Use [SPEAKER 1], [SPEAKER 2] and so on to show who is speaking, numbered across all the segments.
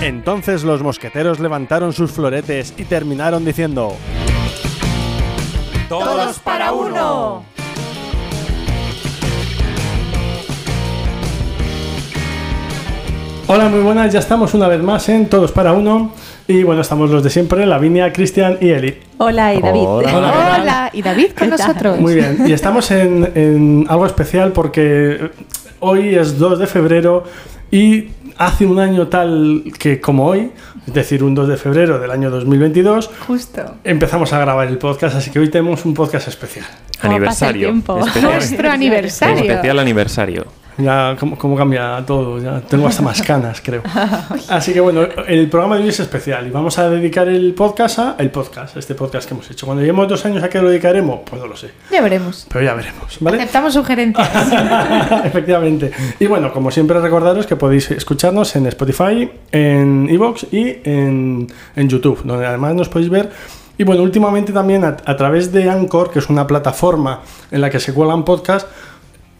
[SPEAKER 1] Entonces los mosqueteros levantaron sus floretes y terminaron diciendo
[SPEAKER 2] Todos para uno.
[SPEAKER 1] Hola, muy buenas, ya estamos una vez más en Todos para Uno y bueno, estamos los de siempre, Lavinia, Cristian y Eli.
[SPEAKER 3] Hola y David.
[SPEAKER 4] Hola.
[SPEAKER 1] Hola.
[SPEAKER 3] y David con nosotros.
[SPEAKER 1] Muy bien, y estamos en, en algo especial porque eh, hoy es 2 de febrero y hace un año tal que como hoy, es decir, un 2 de febrero del año 2022,
[SPEAKER 3] Justo.
[SPEAKER 1] empezamos a grabar el podcast, así que hoy tenemos un podcast especial.
[SPEAKER 3] ¿Cómo pasa el
[SPEAKER 4] Aniversario.
[SPEAKER 3] tiempo?
[SPEAKER 4] Especial,
[SPEAKER 2] Nuestro aniversario.
[SPEAKER 4] especial aniversario.
[SPEAKER 1] Ya, ¿cómo, cómo cambia todo? Ya tengo hasta más canas, creo. Así que bueno, el programa de hoy es especial y vamos a dedicar el podcast a el podcast, este podcast que hemos hecho. Cuando lleguemos dos años, ¿a qué lo dedicaremos? Pues no lo sé,
[SPEAKER 2] Ya veremos.
[SPEAKER 1] pero ya veremos, ¿vale?
[SPEAKER 2] Aceptamos sugerencias.
[SPEAKER 1] Efectivamente. Y bueno, como siempre, recordaros que podéis escucharnos en Spotify, en Evox y en, en YouTube, donde además nos podéis ver. Y bueno, últimamente también a, a través de Anchor, que es una plataforma en la que se cuelan podcasts,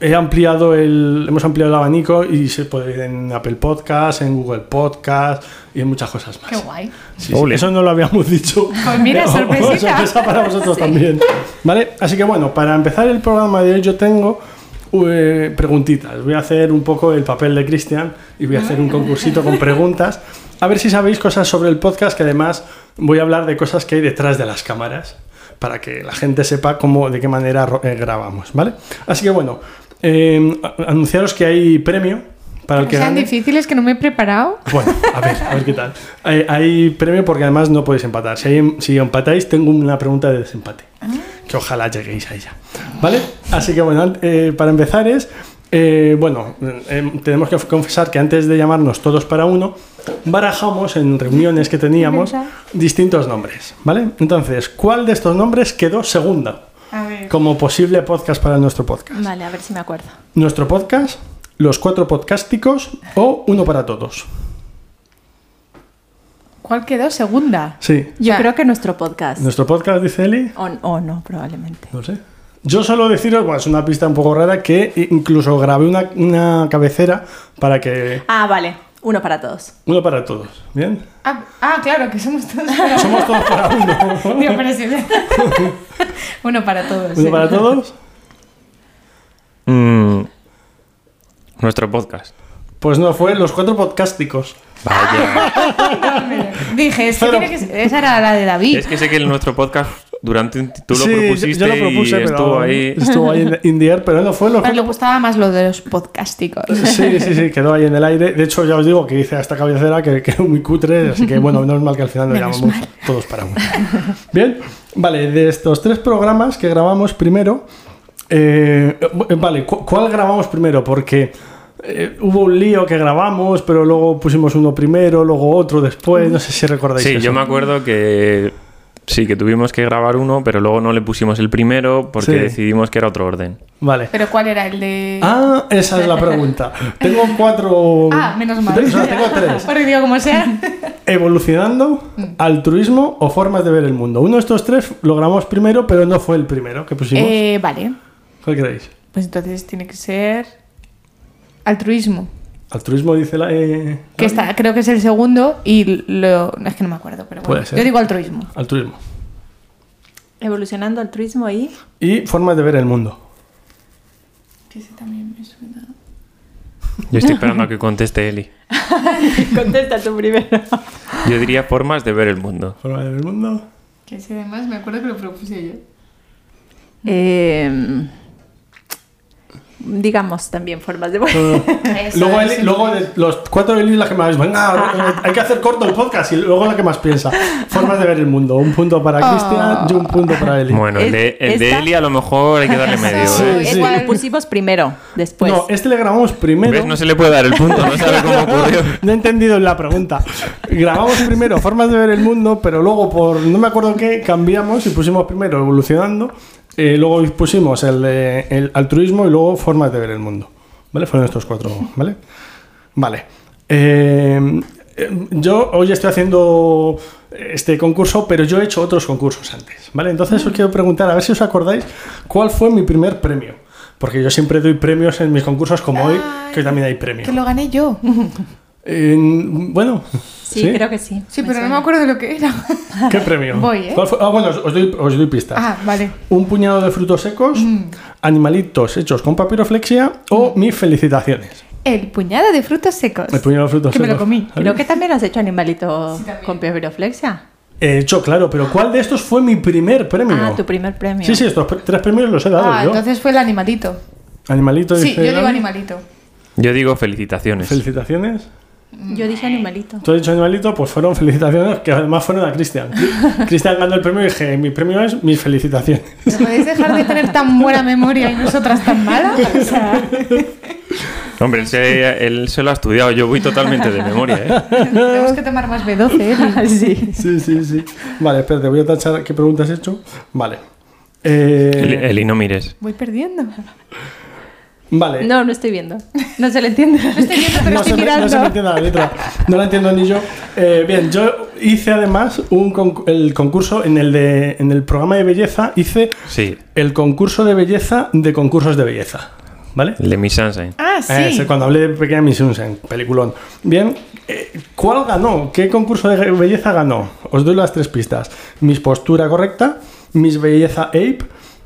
[SPEAKER 1] he ampliado el, hemos ampliado el abanico y se puede ir en Apple Podcast, en Google Podcast y en muchas cosas más.
[SPEAKER 2] Qué guay.
[SPEAKER 1] Sí, sí,
[SPEAKER 4] Ole.
[SPEAKER 1] eso no lo habíamos dicho.
[SPEAKER 2] Pues mira, sorpresita.
[SPEAKER 1] Sorpresa para vosotros también. ¿Vale? Así que bueno, para empezar el programa de hoy yo tengo eh, preguntitas. Voy a hacer un poco el papel de Cristian y voy a hacer un concursito con preguntas. A ver si sabéis cosas sobre el podcast, que además voy a hablar de cosas que hay detrás de las cámaras, para que la gente sepa cómo, de qué manera ro- eh, grabamos, ¿vale? Así que bueno, eh, a- anunciaros que hay premio para el que
[SPEAKER 2] Sean
[SPEAKER 1] gane.
[SPEAKER 2] difíciles que no me he preparado.
[SPEAKER 1] Bueno, a ver, a ver qué tal. Hay, hay premio porque además no podéis empatar. Si, hay- si empatáis, tengo una pregunta de desempate. Que ojalá lleguéis a ella. ¿Vale? Así que bueno, an- eh, para empezar es. eh, bueno, eh, tenemos que confesar que antes de llamarnos todos para uno, barajamos en reuniones que teníamos
[SPEAKER 2] ¿Verdad?
[SPEAKER 1] distintos nombres, ¿vale? Entonces, ¿cuál de estos nombres quedó segunda
[SPEAKER 2] A ver.
[SPEAKER 1] como posible podcast para nuestro podcast?
[SPEAKER 3] Vale, a ver si me acuerdo.
[SPEAKER 1] ¿Nuestro podcast? ¿Los cuatro podcásticos o uno para todos?
[SPEAKER 2] ¿Cuál quedó? Segunda.
[SPEAKER 1] Sí.
[SPEAKER 3] Yo
[SPEAKER 2] Ya.
[SPEAKER 3] creo que nuestro podcast.
[SPEAKER 1] Nuestro podcast, dice Eli.
[SPEAKER 3] O, o no, probablemente.
[SPEAKER 1] No sé. Yo solo deciros, bueno, es una pista un poco rara, que incluso grabé una, una cabecera para que.
[SPEAKER 3] Ah, vale. Uno para todos.
[SPEAKER 1] Uno para todos, ¿bien?
[SPEAKER 2] Ah, ah, claro, que somos todos para
[SPEAKER 1] Somos todos para uno.
[SPEAKER 2] Digo, pero sí. Uno para todos.
[SPEAKER 1] Uno
[SPEAKER 2] sí.
[SPEAKER 1] para todos.
[SPEAKER 4] Mm, nuestro podcast.
[SPEAKER 1] Pues no, fue los cuatro podcásticos.
[SPEAKER 4] Vaya.
[SPEAKER 2] Dije, es que
[SPEAKER 1] Pero-
[SPEAKER 2] tiene que ser- Esa era la de David.
[SPEAKER 4] es que sé que el nuestro podcast durante un tú lo
[SPEAKER 1] Sí, yo- yo,
[SPEAKER 4] propusiste
[SPEAKER 1] lo propuse,
[SPEAKER 4] y
[SPEAKER 1] pero
[SPEAKER 4] estuvo ahí.
[SPEAKER 1] Estuvo ahí en in the air, pero no fue los
[SPEAKER 2] Pero le gustaba más lo de los podcásticos.
[SPEAKER 1] Sí, sí, sí, quedó ahí en el aire. De hecho, ya os digo que hice esta cabecera que quedó muy cutre, así que bueno, menos mal que al final lo
[SPEAKER 2] Menos
[SPEAKER 1] llamamos todos para uno. Bien, vale, de estos tres programas que grabamos primero, eh, eh, vale, cu- ¿cuál grabamos primero? Porque eh, hubo un lío que grabamos, pero luego pusimos uno primero, luego otro después, no sé si recordáis.
[SPEAKER 4] Sí,
[SPEAKER 1] eso.
[SPEAKER 4] yo me acuerdo que sí, que tuvimos que grabar uno, pero luego no le pusimos el primero porque
[SPEAKER 1] Sí.
[SPEAKER 4] decidimos que era otro orden.
[SPEAKER 1] Vale.
[SPEAKER 2] Pero ¿cuál era el de.?
[SPEAKER 1] Ah, esa es la pregunta. Tengo cuatro.
[SPEAKER 2] Ah, menos mal.
[SPEAKER 1] O sea, tengo tres.
[SPEAKER 2] Porque digo, como sea.
[SPEAKER 1] Evolucionando,
[SPEAKER 2] Mm.
[SPEAKER 1] altruismo o formas de ver el mundo. Uno de estos tres logramos primero, pero no fue el primero que pusimos.
[SPEAKER 2] Eh, vale.
[SPEAKER 1] ¿Cuál creéis?
[SPEAKER 2] Pues entonces tiene que ser. Altruismo.
[SPEAKER 1] Altruismo dice la. eh,
[SPEAKER 2] Que está, creo que es el segundo y lo. Es que no me acuerdo, pero bueno.
[SPEAKER 1] Puede ser.
[SPEAKER 2] Yo digo altruismo.
[SPEAKER 1] Altruismo.
[SPEAKER 3] Evolucionando altruismo y.
[SPEAKER 1] Y formas de ver el mundo.
[SPEAKER 2] Que ese también me suena.
[SPEAKER 4] Yo estoy esperando a que conteste Eli.
[SPEAKER 3] Contesta tú primero.
[SPEAKER 4] Yo diría formas de ver el mundo.
[SPEAKER 1] Formas de ver el mundo.
[SPEAKER 2] Que ese además me acuerdo que lo propuse yo.
[SPEAKER 3] Eh, digamos también formas de.
[SPEAKER 2] Eso,
[SPEAKER 1] luego, Eli-
[SPEAKER 2] eso.
[SPEAKER 1] luego de los cuatro Eli la que más. Venga, hay que hacer corto el podcast y luego la que más piensa. Formas de ver el mundo. Un punto para
[SPEAKER 2] Ah.
[SPEAKER 1] Cristian y un punto para Eli.
[SPEAKER 4] Bueno, el de, el de
[SPEAKER 3] Esta-
[SPEAKER 4] Eli a lo mejor hay que darle medio.
[SPEAKER 2] Sí,
[SPEAKER 4] ¿eh?
[SPEAKER 3] Es
[SPEAKER 1] sí.
[SPEAKER 3] cuando pusimos primero, después.
[SPEAKER 2] Pues-
[SPEAKER 1] no, este le grabamos primero.
[SPEAKER 4] ¿Ves? No se le puede dar el punto, no sabe cómo ocurrió.
[SPEAKER 1] No he entendido la pregunta. Grabamos primero formas de ver el mundo, pero luego por no me acuerdo qué cambiamos y pusimos primero evolucionando, eh, luego pusimos el, de- el altruismo y luego formas de ver el mundo. ¿Vale? Fueron estos cuatro, ¿vale? Vale. Eh, eh, yo hoy estoy haciendo este concurso, pero yo he hecho otros concursos antes, ¿vale? Entonces os quiero preguntar, a ver si os acordáis, ¿cuál fue mi primer premio? Porque yo siempre doy premios en mis concursos, como hoy, que hoy también hay premios.
[SPEAKER 2] Que lo gané yo.
[SPEAKER 1] En- bueno,
[SPEAKER 3] Sí, creo que sí.
[SPEAKER 2] Sí, pero no me acuerdo de lo que era.
[SPEAKER 1] ¿Qué premio?
[SPEAKER 2] Voy, ¿eh?
[SPEAKER 1] ¿Cuál fue? Ah, bueno, os os doy, os doy pistas.
[SPEAKER 2] ah, Mm. vale.
[SPEAKER 1] Un puñado de frutos secos, animalitos hechos con papiroflexia o
[SPEAKER 2] Mm.
[SPEAKER 1] mis felicitaciones.
[SPEAKER 2] El puñado de frutos secos.
[SPEAKER 1] El puñado de frutos
[SPEAKER 2] Que me
[SPEAKER 1] secos.
[SPEAKER 2] lo comí.
[SPEAKER 3] Creo que también lo has hecho animalito con pebiroflexia.
[SPEAKER 1] He hecho, claro, pero ¿cuál de estos fue mi primer premio?
[SPEAKER 3] Ah, tu primer premio.
[SPEAKER 1] Sí, sí, estos pre- tres premios los he dado
[SPEAKER 2] Ah,
[SPEAKER 1] yo.
[SPEAKER 2] entonces fue el animalito.
[SPEAKER 1] Animalito
[SPEAKER 2] Sí,
[SPEAKER 1] dice
[SPEAKER 2] yo digo
[SPEAKER 1] Dani.
[SPEAKER 2] animalito.
[SPEAKER 4] Yo digo felicitaciones.
[SPEAKER 1] Felicitaciones.
[SPEAKER 3] Yo dije animalito.
[SPEAKER 1] Tú has dicho animalito, pues fueron felicitaciones que además fueron a Cristian. Cristian ganó el premio y dije, mi premio es mis felicitaciones.
[SPEAKER 2] ¿Nos podéis dejar de tener tan buena memoria y nosotras tan mala? O sea,
[SPEAKER 4] Hombre, él se, él se lo ha estudiado. Yo voy totalmente de memoria, ¿eh?
[SPEAKER 2] tenemos que tomar más B12, ¿eh?
[SPEAKER 3] sí.
[SPEAKER 1] Sí, sí, sí. Vale, espérate, voy a tachar qué preguntas has hecho. Vale. Eh,
[SPEAKER 4] Eli, Eli, no mires.
[SPEAKER 2] Voy perdiendo.
[SPEAKER 1] Vale.
[SPEAKER 3] No, no estoy viendo. No se le entiende.
[SPEAKER 2] Estoy viendo, pero
[SPEAKER 1] No
[SPEAKER 2] estoy
[SPEAKER 1] se, me, no
[SPEAKER 2] mirando.
[SPEAKER 1] se me entiende la letra. No la entiendo ni yo. Eh, bien, yo hice además un concu- el concurso en el, de, en el programa de belleza. Hice
[SPEAKER 4] Sí,
[SPEAKER 1] el concurso de belleza de concursos de belleza. ¿Vale?
[SPEAKER 4] el de Miss Sunshine.
[SPEAKER 2] Ah, sí.
[SPEAKER 1] Ese, Eh, cuando hablé de Pequeña Miss Sunshine, peliculón. Bien, eh, ¿cuál ganó? ¿Qué concurso de belleza ganó? Os doy las tres pistas. Mis postura correcta, mis belleza ape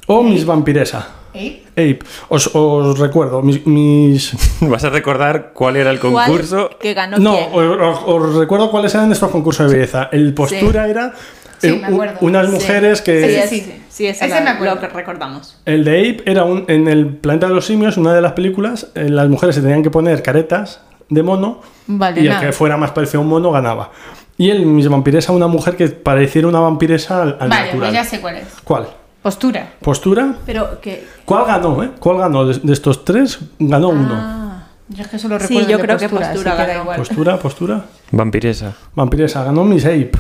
[SPEAKER 1] o mis vampiresa.
[SPEAKER 2] ¿Eh?
[SPEAKER 1] Ape. Os, os recuerdo, mis... mis-
[SPEAKER 4] ¿Vas a recordar cuál era el
[SPEAKER 3] ¿Cuál
[SPEAKER 4] concurso?
[SPEAKER 3] que ganó
[SPEAKER 1] No,
[SPEAKER 3] quién?
[SPEAKER 1] os, os recuerdo cuáles eran estos concursos de belleza. El postura era...
[SPEAKER 2] Sí,
[SPEAKER 1] eh,
[SPEAKER 2] me
[SPEAKER 1] un-
[SPEAKER 2] acuerdo.
[SPEAKER 1] unas
[SPEAKER 2] Sí.
[SPEAKER 1] mujeres que...
[SPEAKER 2] Sí,
[SPEAKER 3] es-
[SPEAKER 2] sí.
[SPEAKER 3] sí, esa
[SPEAKER 2] Ese
[SPEAKER 3] la-
[SPEAKER 2] me acuerdo.
[SPEAKER 3] lo que recordamos.
[SPEAKER 1] El de Ape era un, en el planeta de los simios, una de las películas, eh, las mujeres se tenían que poner caretas de mono
[SPEAKER 2] Vale,
[SPEAKER 1] y el
[SPEAKER 2] nada.
[SPEAKER 1] que fuera más parecido a un mono ganaba. Y el Miss Vampiresa, una mujer que pareciera una vampiresa al, al
[SPEAKER 2] Vale,
[SPEAKER 1] natural.
[SPEAKER 2] pues ya sé cuál es.
[SPEAKER 1] ¿Cuál?
[SPEAKER 2] Postura.
[SPEAKER 1] ¿Postura?
[SPEAKER 3] Pero que.
[SPEAKER 1] ¿Cuál ganó, eh? ¿Cuál ganó? De, de estos tres, ganó uno.
[SPEAKER 3] Ah.
[SPEAKER 2] Yo es que solo
[SPEAKER 3] Sí,
[SPEAKER 2] recuerdo
[SPEAKER 3] yo
[SPEAKER 2] el de
[SPEAKER 3] creo que
[SPEAKER 2] postura,
[SPEAKER 3] postura
[SPEAKER 2] así que da
[SPEAKER 3] ganó.
[SPEAKER 2] igual.
[SPEAKER 1] Postura, postura.
[SPEAKER 4] Vampiresa.
[SPEAKER 1] Vampiresa, ganó Miss Ape.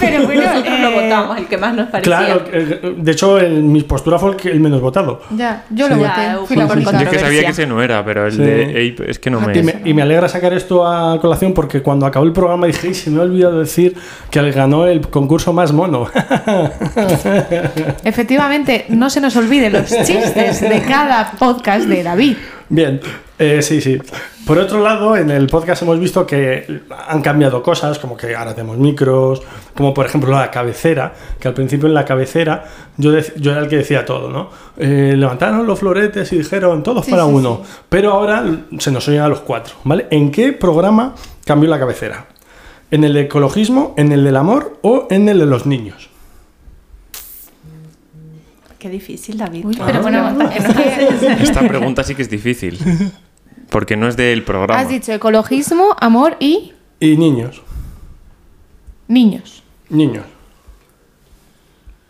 [SPEAKER 2] Pero bueno,
[SPEAKER 3] Nosotros lo
[SPEAKER 2] eh,
[SPEAKER 3] votamos, el que más nos parecía.
[SPEAKER 1] Claro, eh, de hecho, el Miss Postura fue el, que- el menos votado.
[SPEAKER 2] Ya, yo lo
[SPEAKER 1] Sí.
[SPEAKER 3] Ya,
[SPEAKER 2] voté. Fui
[SPEAKER 3] fue
[SPEAKER 2] la
[SPEAKER 3] por
[SPEAKER 2] única.
[SPEAKER 4] Yo es que sabía que
[SPEAKER 3] Controversia.
[SPEAKER 4] ese no era, pero el
[SPEAKER 1] Sí. Ah,
[SPEAKER 4] de Ape es que no
[SPEAKER 1] Y
[SPEAKER 4] me...
[SPEAKER 1] me, y me alegra sacar esto a colación porque cuando acabó el programa dije, "Ay, se me ha olvidado decir que él ganó el concurso más mono.
[SPEAKER 2] Efectivamente, no se nos olviden los chistes de cada podcast de David.
[SPEAKER 1] Bien, eh, sí, sí. Por otro lado, en el podcast hemos visto que han cambiado cosas, como que ahora tenemos micros, como por ejemplo la cabecera, que al principio en la cabecera yo, dec- yo era el que decía todo, ¿no? Eh, levantaron los floretes y dijeron todos
[SPEAKER 2] Sí,
[SPEAKER 1] para
[SPEAKER 2] sí,
[SPEAKER 1] uno, pero ahora se nos oyen a los cuatro, ¿vale? ¿En qué programa cambió la cabecera? ¿En el de ecologismo, en el del amor o en el de los niños?
[SPEAKER 3] Qué difícil, David. Ah.
[SPEAKER 2] Uy, pero
[SPEAKER 1] Ah.
[SPEAKER 2] bueno, es que
[SPEAKER 4] Esta pregunta sí que es difícil. Porque no es del programa.
[SPEAKER 2] has dicho ecologismo, amor y
[SPEAKER 1] Y niños,
[SPEAKER 2] niños.
[SPEAKER 1] niños,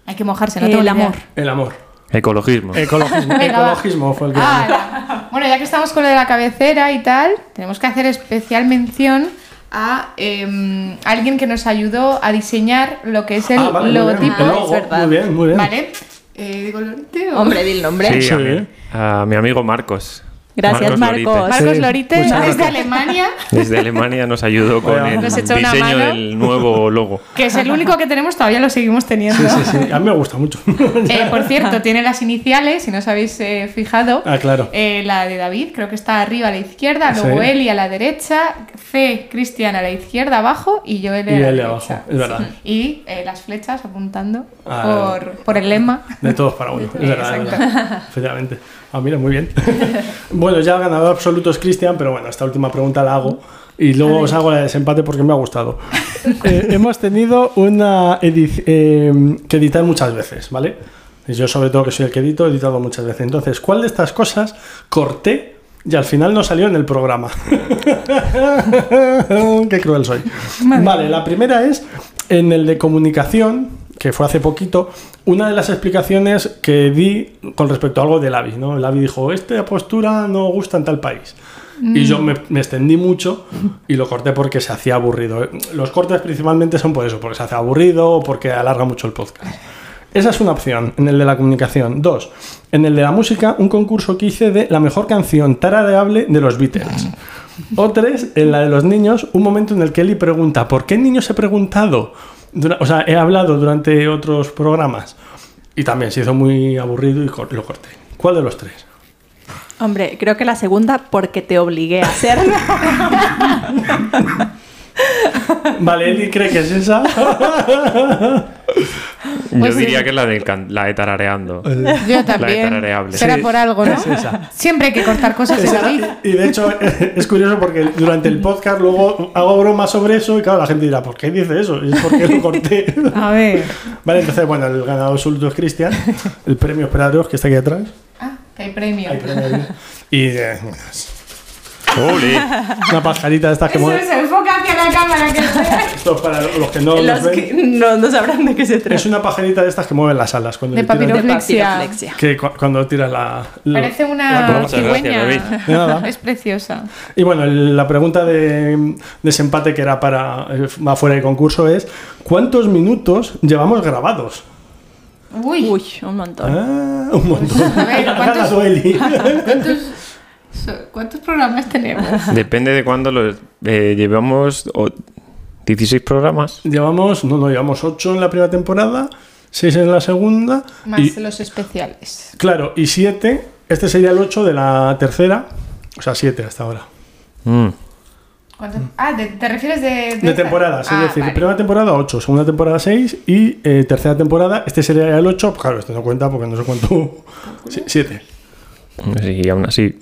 [SPEAKER 2] Hay que mojarse, no
[SPEAKER 3] El
[SPEAKER 2] tengo ni idea.
[SPEAKER 3] amor.
[SPEAKER 1] el amor.
[SPEAKER 4] Ecologismo.
[SPEAKER 1] Ecologismo,
[SPEAKER 2] Venga, va.
[SPEAKER 1] ecologismo fue el que... ganó.
[SPEAKER 2] Ah, bueno, ya que estamos con lo de la cabecera y tal, tenemos que hacer especial mención a em, alguien que nos ayudó a diseñar lo que es el
[SPEAKER 1] Ah, vale, muy bien.
[SPEAKER 2] logotipo.
[SPEAKER 1] El logo,
[SPEAKER 3] Es verdad.
[SPEAKER 1] Muy bien, muy bien.
[SPEAKER 2] ¿Vale? Eh, digo, ¿Lorente o-
[SPEAKER 3] Hombre, di el nombre.
[SPEAKER 4] Sí, a,
[SPEAKER 1] Sí.
[SPEAKER 4] mi, a mi amigo Marcos.
[SPEAKER 3] Gracias,
[SPEAKER 4] Lorite.
[SPEAKER 3] Marcos.
[SPEAKER 2] Marcos
[SPEAKER 1] Sí,
[SPEAKER 2] Lorite
[SPEAKER 1] muchas
[SPEAKER 2] desde
[SPEAKER 1] gracias.
[SPEAKER 2] Alemania,
[SPEAKER 4] Desde Alemania nos ayudó con
[SPEAKER 1] Hola.
[SPEAKER 4] el
[SPEAKER 2] Nos echó una
[SPEAKER 4] diseño
[SPEAKER 2] mano.
[SPEAKER 4] del nuevo logo.
[SPEAKER 2] que es el único que tenemos, todavía lo seguimos teniendo.
[SPEAKER 1] Sí, sí, sí. A mí me gusta mucho.
[SPEAKER 2] Eh, por cierto, tiene las iniciales, si no os habéis eh, fijado.
[SPEAKER 1] Ah, claro.
[SPEAKER 2] Eh, la de David, creo que está arriba a la izquierda,
[SPEAKER 1] Sí.
[SPEAKER 2] luego Eli a la derecha, C, Cristian a la izquierda abajo y yo Eli a
[SPEAKER 1] Y
[SPEAKER 2] la
[SPEAKER 1] él
[SPEAKER 2] derecha.
[SPEAKER 1] abajo, es verdad.
[SPEAKER 2] Y eh, las flechas apuntando
[SPEAKER 1] Ah.
[SPEAKER 2] por, por el lema.
[SPEAKER 1] De todos para uno. Es verdad, es
[SPEAKER 2] Exacto.
[SPEAKER 1] verdad. Efectivamente. Ah, mira, muy bien. bueno, ya el ganador absoluto es Cristian, pero bueno, esta última pregunta la hago. Y luego os hago la de desempate porque me ha gustado. Eh, hemos tenido una edi- eh, que editar muchas veces, ¿vale? Y Yo sobre todo que soy el que edito, he editado muchas veces. Entonces, ¿cuál de estas cosas corté y al final no salió en el programa? Qué cruel soy. Vale, la primera es en el de comunicación, que fue hace poquito, una de las explicaciones que di con respecto a algo del AVI, ¿no? El AVI dijo, esta postura no gusta en tal país. Y yo me, me extendí mucho y lo corté porque se hacía aburrido. Los cortes principalmente son por eso, porque se hace aburrido o porque alarga mucho el podcast. Esa es una opción, en el de la comunicación. Dos, en el de la música, un concurso que hice de la mejor canción tarareable de los Beatles. O tres, en la de los niños, un momento en el que Eli pregunta, ¿por qué niños he preguntado? Dura- o sea, he hablado durante otros programas. Y también se hizo muy aburrido y cor- lo corté. ¿Cuál de los tres?
[SPEAKER 3] Hombre, creo que la segunda porque te obligué a hacerlo.
[SPEAKER 1] Vale, Eli cree que es esa.
[SPEAKER 4] Yo
[SPEAKER 2] Pues sí.
[SPEAKER 4] diría que es la, del can- la de tarareando.
[SPEAKER 2] Yo
[SPEAKER 4] La de
[SPEAKER 2] también.
[SPEAKER 4] tarareable.
[SPEAKER 2] Será
[SPEAKER 1] Sí,
[SPEAKER 2] por algo, ¿no?
[SPEAKER 1] es esa.
[SPEAKER 2] Siempre hay que cortar cosas en la
[SPEAKER 1] Esa-
[SPEAKER 2] vida.
[SPEAKER 1] y de hecho es curioso porque durante el podcast luego hago bromas sobre eso y claro, la gente dirá, ¿por qué dice eso? Y Es porque lo corté.
[SPEAKER 3] A ver.
[SPEAKER 1] Vale, entonces, bueno, el ganador absoluto es Cristian, el premio Esperaros que está aquí atrás.
[SPEAKER 2] Ah, que hay premio.
[SPEAKER 1] Hay premio aquí. Y eh, bueno, es
[SPEAKER 4] ¡Ole!
[SPEAKER 1] una pajarita de estas que mueve.
[SPEAKER 2] se enfoca hacia la cámara que
[SPEAKER 1] Esto es para los que no nos
[SPEAKER 3] Los
[SPEAKER 1] ven.
[SPEAKER 3] que no, no sabrán de qué se trata.
[SPEAKER 1] Es una pajarita de estas que mueven las alas cuando
[SPEAKER 2] De
[SPEAKER 1] le tiras-
[SPEAKER 2] papiro- Papiroflexia.
[SPEAKER 3] papiroflexia.
[SPEAKER 1] que cu- cuando tiras la, la-
[SPEAKER 2] Parece
[SPEAKER 1] la
[SPEAKER 2] una
[SPEAKER 1] corona.
[SPEAKER 4] Muchas gracias,
[SPEAKER 2] cigüeña.
[SPEAKER 4] David.
[SPEAKER 1] De nada.
[SPEAKER 2] Es preciosa.
[SPEAKER 1] Y bueno, el- la pregunta de mm, desempate que era para eh, va fuera de concurso es ¿cuántos minutos llevamos grabados?
[SPEAKER 2] Uy,
[SPEAKER 3] Uy, un montón.
[SPEAKER 1] Ah, un montón.
[SPEAKER 2] A ver,
[SPEAKER 1] Ha
[SPEAKER 2] ¿cuántos-
[SPEAKER 1] ganado Eli.
[SPEAKER 2] ¿cuántos, so- cuántos programas tenemos?
[SPEAKER 4] Depende de cuándo lo eh, llevamos o- 16 programas.
[SPEAKER 1] llevamos, no, no, llevamos 8 en la primera temporada, 6 en la segunda
[SPEAKER 2] Más
[SPEAKER 1] y
[SPEAKER 2] los especiales.
[SPEAKER 1] claro, y 7, este sería el 8 de la tercera, o sea, 7 hasta ahora.
[SPEAKER 4] Mm.
[SPEAKER 2] ¿Cuántos- Ah, de- ¿te refieres de...? De,
[SPEAKER 1] De
[SPEAKER 2] esta?
[SPEAKER 1] temporadas,
[SPEAKER 2] Ah,
[SPEAKER 1] es decir,
[SPEAKER 2] vale.
[SPEAKER 1] primera temporada 8, segunda temporada 6 y eh, tercera temporada, este sería el 8, claro, este no cuenta porque no sé cuánto, 7.
[SPEAKER 4] Y aún así.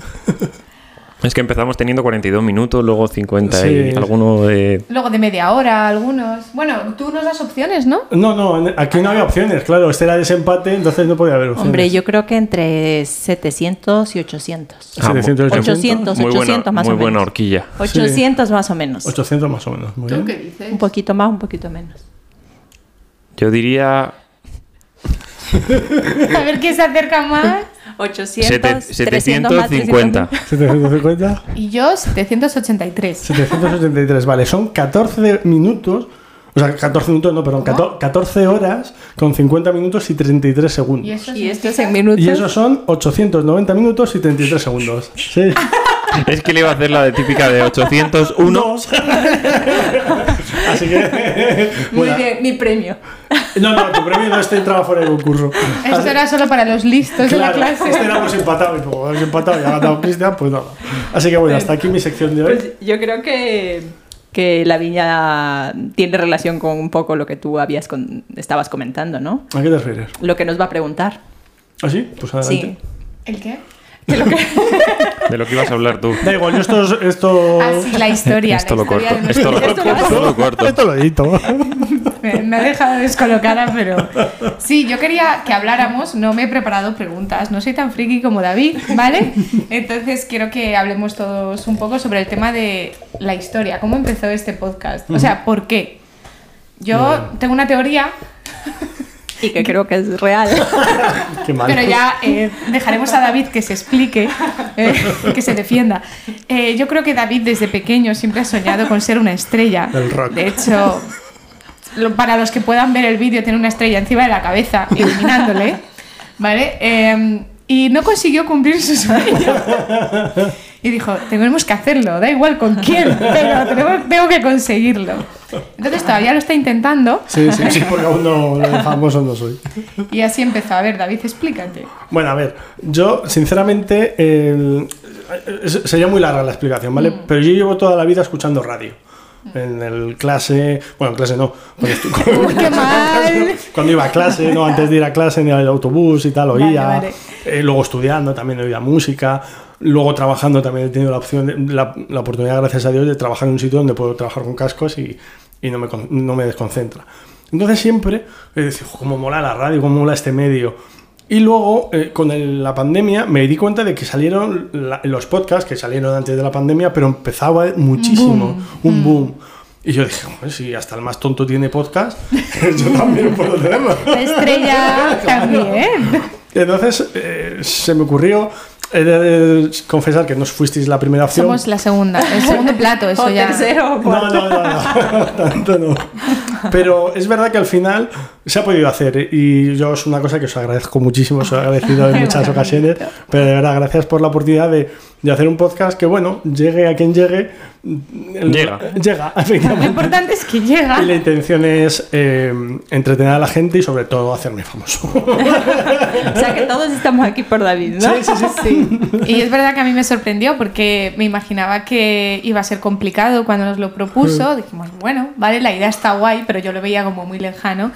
[SPEAKER 4] Es que empezamos teniendo 42 minutos, luego 50
[SPEAKER 1] Sí.
[SPEAKER 4] y alguno de.
[SPEAKER 2] Luego de media hora, algunos. Bueno, tú nos das opciones, ¿no?
[SPEAKER 1] No, no, aquí no había opciones, claro, este era desempate, entonces no podía haber opciones.
[SPEAKER 3] Hombre, yo creo que entre 700 y 800.
[SPEAKER 4] Ah,
[SPEAKER 1] 700,
[SPEAKER 3] 800, 800
[SPEAKER 4] muy buena,
[SPEAKER 3] más
[SPEAKER 4] muy
[SPEAKER 3] o
[SPEAKER 4] buena
[SPEAKER 3] menos.
[SPEAKER 4] horquilla.
[SPEAKER 3] 800 más o menos.
[SPEAKER 1] 800 más o menos, muy
[SPEAKER 2] ¿Tú
[SPEAKER 1] bien.
[SPEAKER 2] qué dices?
[SPEAKER 3] Un poquito más, un poquito menos.
[SPEAKER 4] Yo diría
[SPEAKER 2] A ver quién se acerca más.
[SPEAKER 3] 800,
[SPEAKER 4] sete-
[SPEAKER 3] 300 más,
[SPEAKER 4] 750.
[SPEAKER 1] 750,
[SPEAKER 2] Y yo 783.
[SPEAKER 1] 773, vale, son 14 de- minutos, o sea, 14 minutos, no, perdón, 14, 14 horas con 50 minutos y 33
[SPEAKER 2] Y
[SPEAKER 1] segundos.
[SPEAKER 2] eso
[SPEAKER 3] Y esto es
[SPEAKER 2] significa-
[SPEAKER 3] en minutos.
[SPEAKER 1] Y esos son 890 minutos y 33 segundos. Sí.
[SPEAKER 4] Es que le iba a hacer la de típica de 801.
[SPEAKER 1] Dos. Así que.
[SPEAKER 3] Muy
[SPEAKER 1] bueno,
[SPEAKER 3] bien, mi premio.
[SPEAKER 1] No, no, tu premio no este entraba fuera de concurso.
[SPEAKER 2] Esto era solo para los listos de la
[SPEAKER 1] Claro,
[SPEAKER 2] clase.
[SPEAKER 1] este era pues empatado y como hemos empatado y ha ganado Cristian, pues nada. Así que bueno, hasta aquí mi sección de hoy.
[SPEAKER 3] Pues yo creo que, que la viña tiene relación con un poco lo que tú habías con- estabas comentando, ¿no?
[SPEAKER 1] ¿A qué te refieres?
[SPEAKER 3] Lo que nos va a preguntar.
[SPEAKER 1] ¿Ah, sí? Pues
[SPEAKER 3] Sí.
[SPEAKER 1] adelante.
[SPEAKER 2] ¿El qué?
[SPEAKER 4] De lo que ibas a hablar tú.
[SPEAKER 1] Da igual, yo esto. Esto,
[SPEAKER 2] Ah, sí, la historia.
[SPEAKER 4] Esto
[SPEAKER 2] la
[SPEAKER 4] lo corto.
[SPEAKER 2] historia de
[SPEAKER 4] Esto lo
[SPEAKER 2] nuestro-
[SPEAKER 4] corto. Esto lo corto.
[SPEAKER 1] esto lo edito.
[SPEAKER 2] Me, me ha dejado descolocada, pero. Sí, yo quería que habláramos, no me he preparado preguntas, no soy tan friki como David, ¿vale? Entonces quiero que hablemos todos un poco sobre el tema de la historia, cómo empezó este podcast, o sea, ¿por qué? Yo tengo una teoría,
[SPEAKER 3] Y que creo que es real.
[SPEAKER 1] Qué mal.
[SPEAKER 2] pero ya eh, dejaremos a David que se explique, eh, que se defienda. Eh, yo creo que David desde pequeño siempre ha soñado con ser una estrella.
[SPEAKER 1] Del rock.
[SPEAKER 2] De hecho, lo- para los que puedan ver el vídeo, tiene una estrella encima de la cabeza, iluminándole. ¿Vale? Eh, y no consiguió cumplir su sueño. Y dijo, tenemos que hacerlo, da igual con quién, pero tenemos- tengo que conseguirlo. Entonces todavía lo está intentando
[SPEAKER 1] Sí, sí, sí, porque aún no lo de famoso no soy.
[SPEAKER 2] y así empezó. A ver, David, explícate.
[SPEAKER 1] Bueno, a ver, yo sinceramente el- es- sería muy larga la explicación,
[SPEAKER 2] Mm.
[SPEAKER 1] ¿vale? Pero yo llevo toda la vida escuchando radio. En el clase, bueno, en clase no. porque estu-
[SPEAKER 2] Uy, qué mal.
[SPEAKER 1] Cuando iba a clase, no antes de ir a clase en el autobús y tal,
[SPEAKER 2] Vale,
[SPEAKER 1] oía.
[SPEAKER 2] vale.
[SPEAKER 1] Eh, luego estudiando también oía música. Luego trabajando también he tenido la opción, de- la, la oportunidad, gracias a Dios, de trabajar en un sitio donde puedo trabajar con cascos y, y no, me, con- no me desconcentra. Entonces siempre he dicho, cómo mola la radio, cómo mola este medio. Y luego, eh, con el- la pandemia, me di cuenta de que salieron la- los podcasts que salieron antes de la pandemia, pero empezaba muchísimo, un boom. Y yo dije, "Joder, si hasta el más tonto tiene podcast, yo también puedo tenerlo.
[SPEAKER 2] La estrella también.
[SPEAKER 1] Entonces eh, se me ocurrió he de confesar que no fuisteis la primera opción.
[SPEAKER 2] Somos la segunda, el segundo plato, eso
[SPEAKER 3] o
[SPEAKER 2] ya.
[SPEAKER 3] tercero o
[SPEAKER 1] No,
[SPEAKER 3] cuarto.
[SPEAKER 1] no, no, no, tanto no. Pero es verdad que al final se ha podido hacer y yo es una cosa que os agradezco muchísimo, os he agradecido en muchas ocasiones, pero de verdad gracias por la oportunidad de, de hacer un podcast que, bueno, llegue a quien llegue. el-
[SPEAKER 4] Llega.
[SPEAKER 1] Llega,
[SPEAKER 2] Lo
[SPEAKER 1] efectivamente.
[SPEAKER 2] importante es que llega.
[SPEAKER 1] Y la intención es eh, entretener a la gente y sobre todo hacerme famoso.
[SPEAKER 3] O sea que todos estamos aquí por David, ¿no?
[SPEAKER 2] Sí. Y es verdad que a mí me sorprendió porque me imaginaba que iba a ser complicado cuando nos lo propuso. Dijimos, bueno, vale, la idea está guay, pero yo lo veía como muy lejano.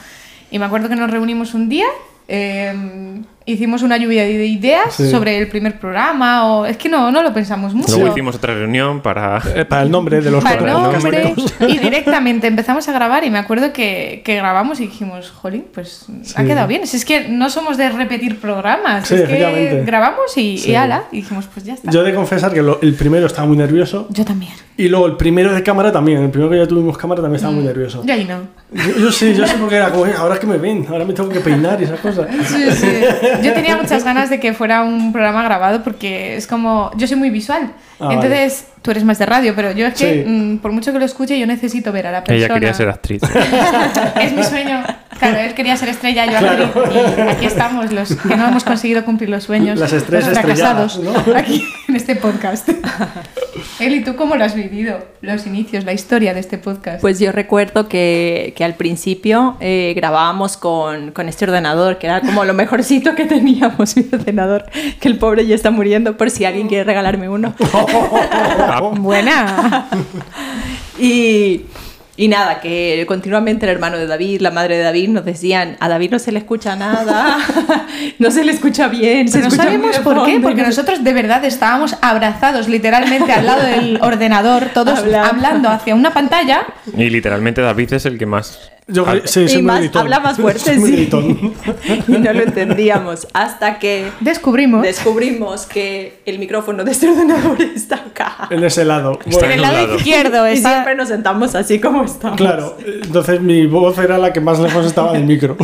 [SPEAKER 2] Y me acuerdo que nos reunimos un día, eh, hicimos una lluvia de ideas
[SPEAKER 1] Sí.
[SPEAKER 2] sobre el primer programa, o es que no, no lo pensamos mucho.
[SPEAKER 4] Luego hicimos otra reunión para...
[SPEAKER 1] Eh, para el nombre de los
[SPEAKER 2] Para
[SPEAKER 1] cuatro
[SPEAKER 4] cuadrados
[SPEAKER 2] nombre,
[SPEAKER 1] numéricos.
[SPEAKER 2] y directamente empezamos a grabar y me acuerdo que, que grabamos y dijimos, jolín, pues ha
[SPEAKER 1] Sí.
[SPEAKER 2] quedado bien. Si es que no somos de repetir programas,
[SPEAKER 1] Sí,
[SPEAKER 2] es que
[SPEAKER 1] efectivamente.
[SPEAKER 2] grabamos y,
[SPEAKER 1] Sí.
[SPEAKER 2] y ala, y dijimos, pues ya está.
[SPEAKER 1] Yo he de confesar que lo- el primero estaba muy nervioso
[SPEAKER 2] Yo también.
[SPEAKER 1] y luego el primero de cámara también. El primero que ya tuvimos cámara también
[SPEAKER 3] Mm.
[SPEAKER 1] estaba muy nervioso.
[SPEAKER 2] Yo ahí no.
[SPEAKER 1] Yo, yo sí, yo sí porque era como, "Eh, ahora es que me ven, ahora me tengo que peinar y esas cosas.
[SPEAKER 2] Sí, sí. Yo tenía muchas ganas de que fuera un programa grabado porque es como. Yo soy muy visual.
[SPEAKER 1] Ah,
[SPEAKER 2] entonces, tú eres más de radio, pero yo es que,
[SPEAKER 1] Sí.
[SPEAKER 2] mm, por mucho que lo escuche, yo necesito ver a la persona.
[SPEAKER 4] Ella quería ser actriz.
[SPEAKER 2] Es mi sueño. Claro, él quería ser estrella, yo actriz. Y aquí estamos, los que no hemos conseguido cumplir los sueños.
[SPEAKER 1] Las estrellas
[SPEAKER 2] los fracasados.
[SPEAKER 1] estrelladas, ¿no?
[SPEAKER 2] Aquí, en este podcast. Él y tú, ¿cómo lo has vivido? Los inicios, la historia de este podcast.
[SPEAKER 3] Pues yo recuerdo que, que al principio eh, grabábamos con, con este ordenador, que era como lo mejorcito que teníamos, mi ordenador, que el pobre ya está muriendo, por si alguien quiere regalarme uno.
[SPEAKER 4] Ah,
[SPEAKER 2] Buena.
[SPEAKER 3] Y, y nada, que continuamente el hermano de David, la madre de David, nos decían, a David no se le escucha nada, no se le escucha bien. se
[SPEAKER 2] no
[SPEAKER 3] escucha muy
[SPEAKER 2] sabemos
[SPEAKER 3] de
[SPEAKER 2] por qué,
[SPEAKER 3] fondo".
[SPEAKER 2] porque nosotros de verdad estábamos abrazados literalmente al lado del ordenador, todos
[SPEAKER 3] Hablando.
[SPEAKER 2] hablando hacia una pantalla.
[SPEAKER 4] Y literalmente David es el que más...
[SPEAKER 1] Yo,
[SPEAKER 4] Ah,
[SPEAKER 1] sí, soy
[SPEAKER 3] y
[SPEAKER 1] muy
[SPEAKER 3] más,
[SPEAKER 1] gritón.
[SPEAKER 3] habla más
[SPEAKER 1] Soy
[SPEAKER 3] fuerte,
[SPEAKER 1] muy
[SPEAKER 3] sí.
[SPEAKER 1] gritón.
[SPEAKER 3] y no lo entendíamos, hasta que
[SPEAKER 2] Descubrimos.
[SPEAKER 3] descubrimos que el micrófono de este ordenador está acá.
[SPEAKER 1] En ese lado.
[SPEAKER 4] Está
[SPEAKER 1] Bueno,
[SPEAKER 4] en
[SPEAKER 2] del
[SPEAKER 4] un
[SPEAKER 2] lado
[SPEAKER 4] lado.
[SPEAKER 2] izquierdo
[SPEAKER 3] Y
[SPEAKER 2] está-
[SPEAKER 3] siempre nos sentamos así como estamos.
[SPEAKER 1] Claro, entonces mi voz era la que más lejos estaba del micro.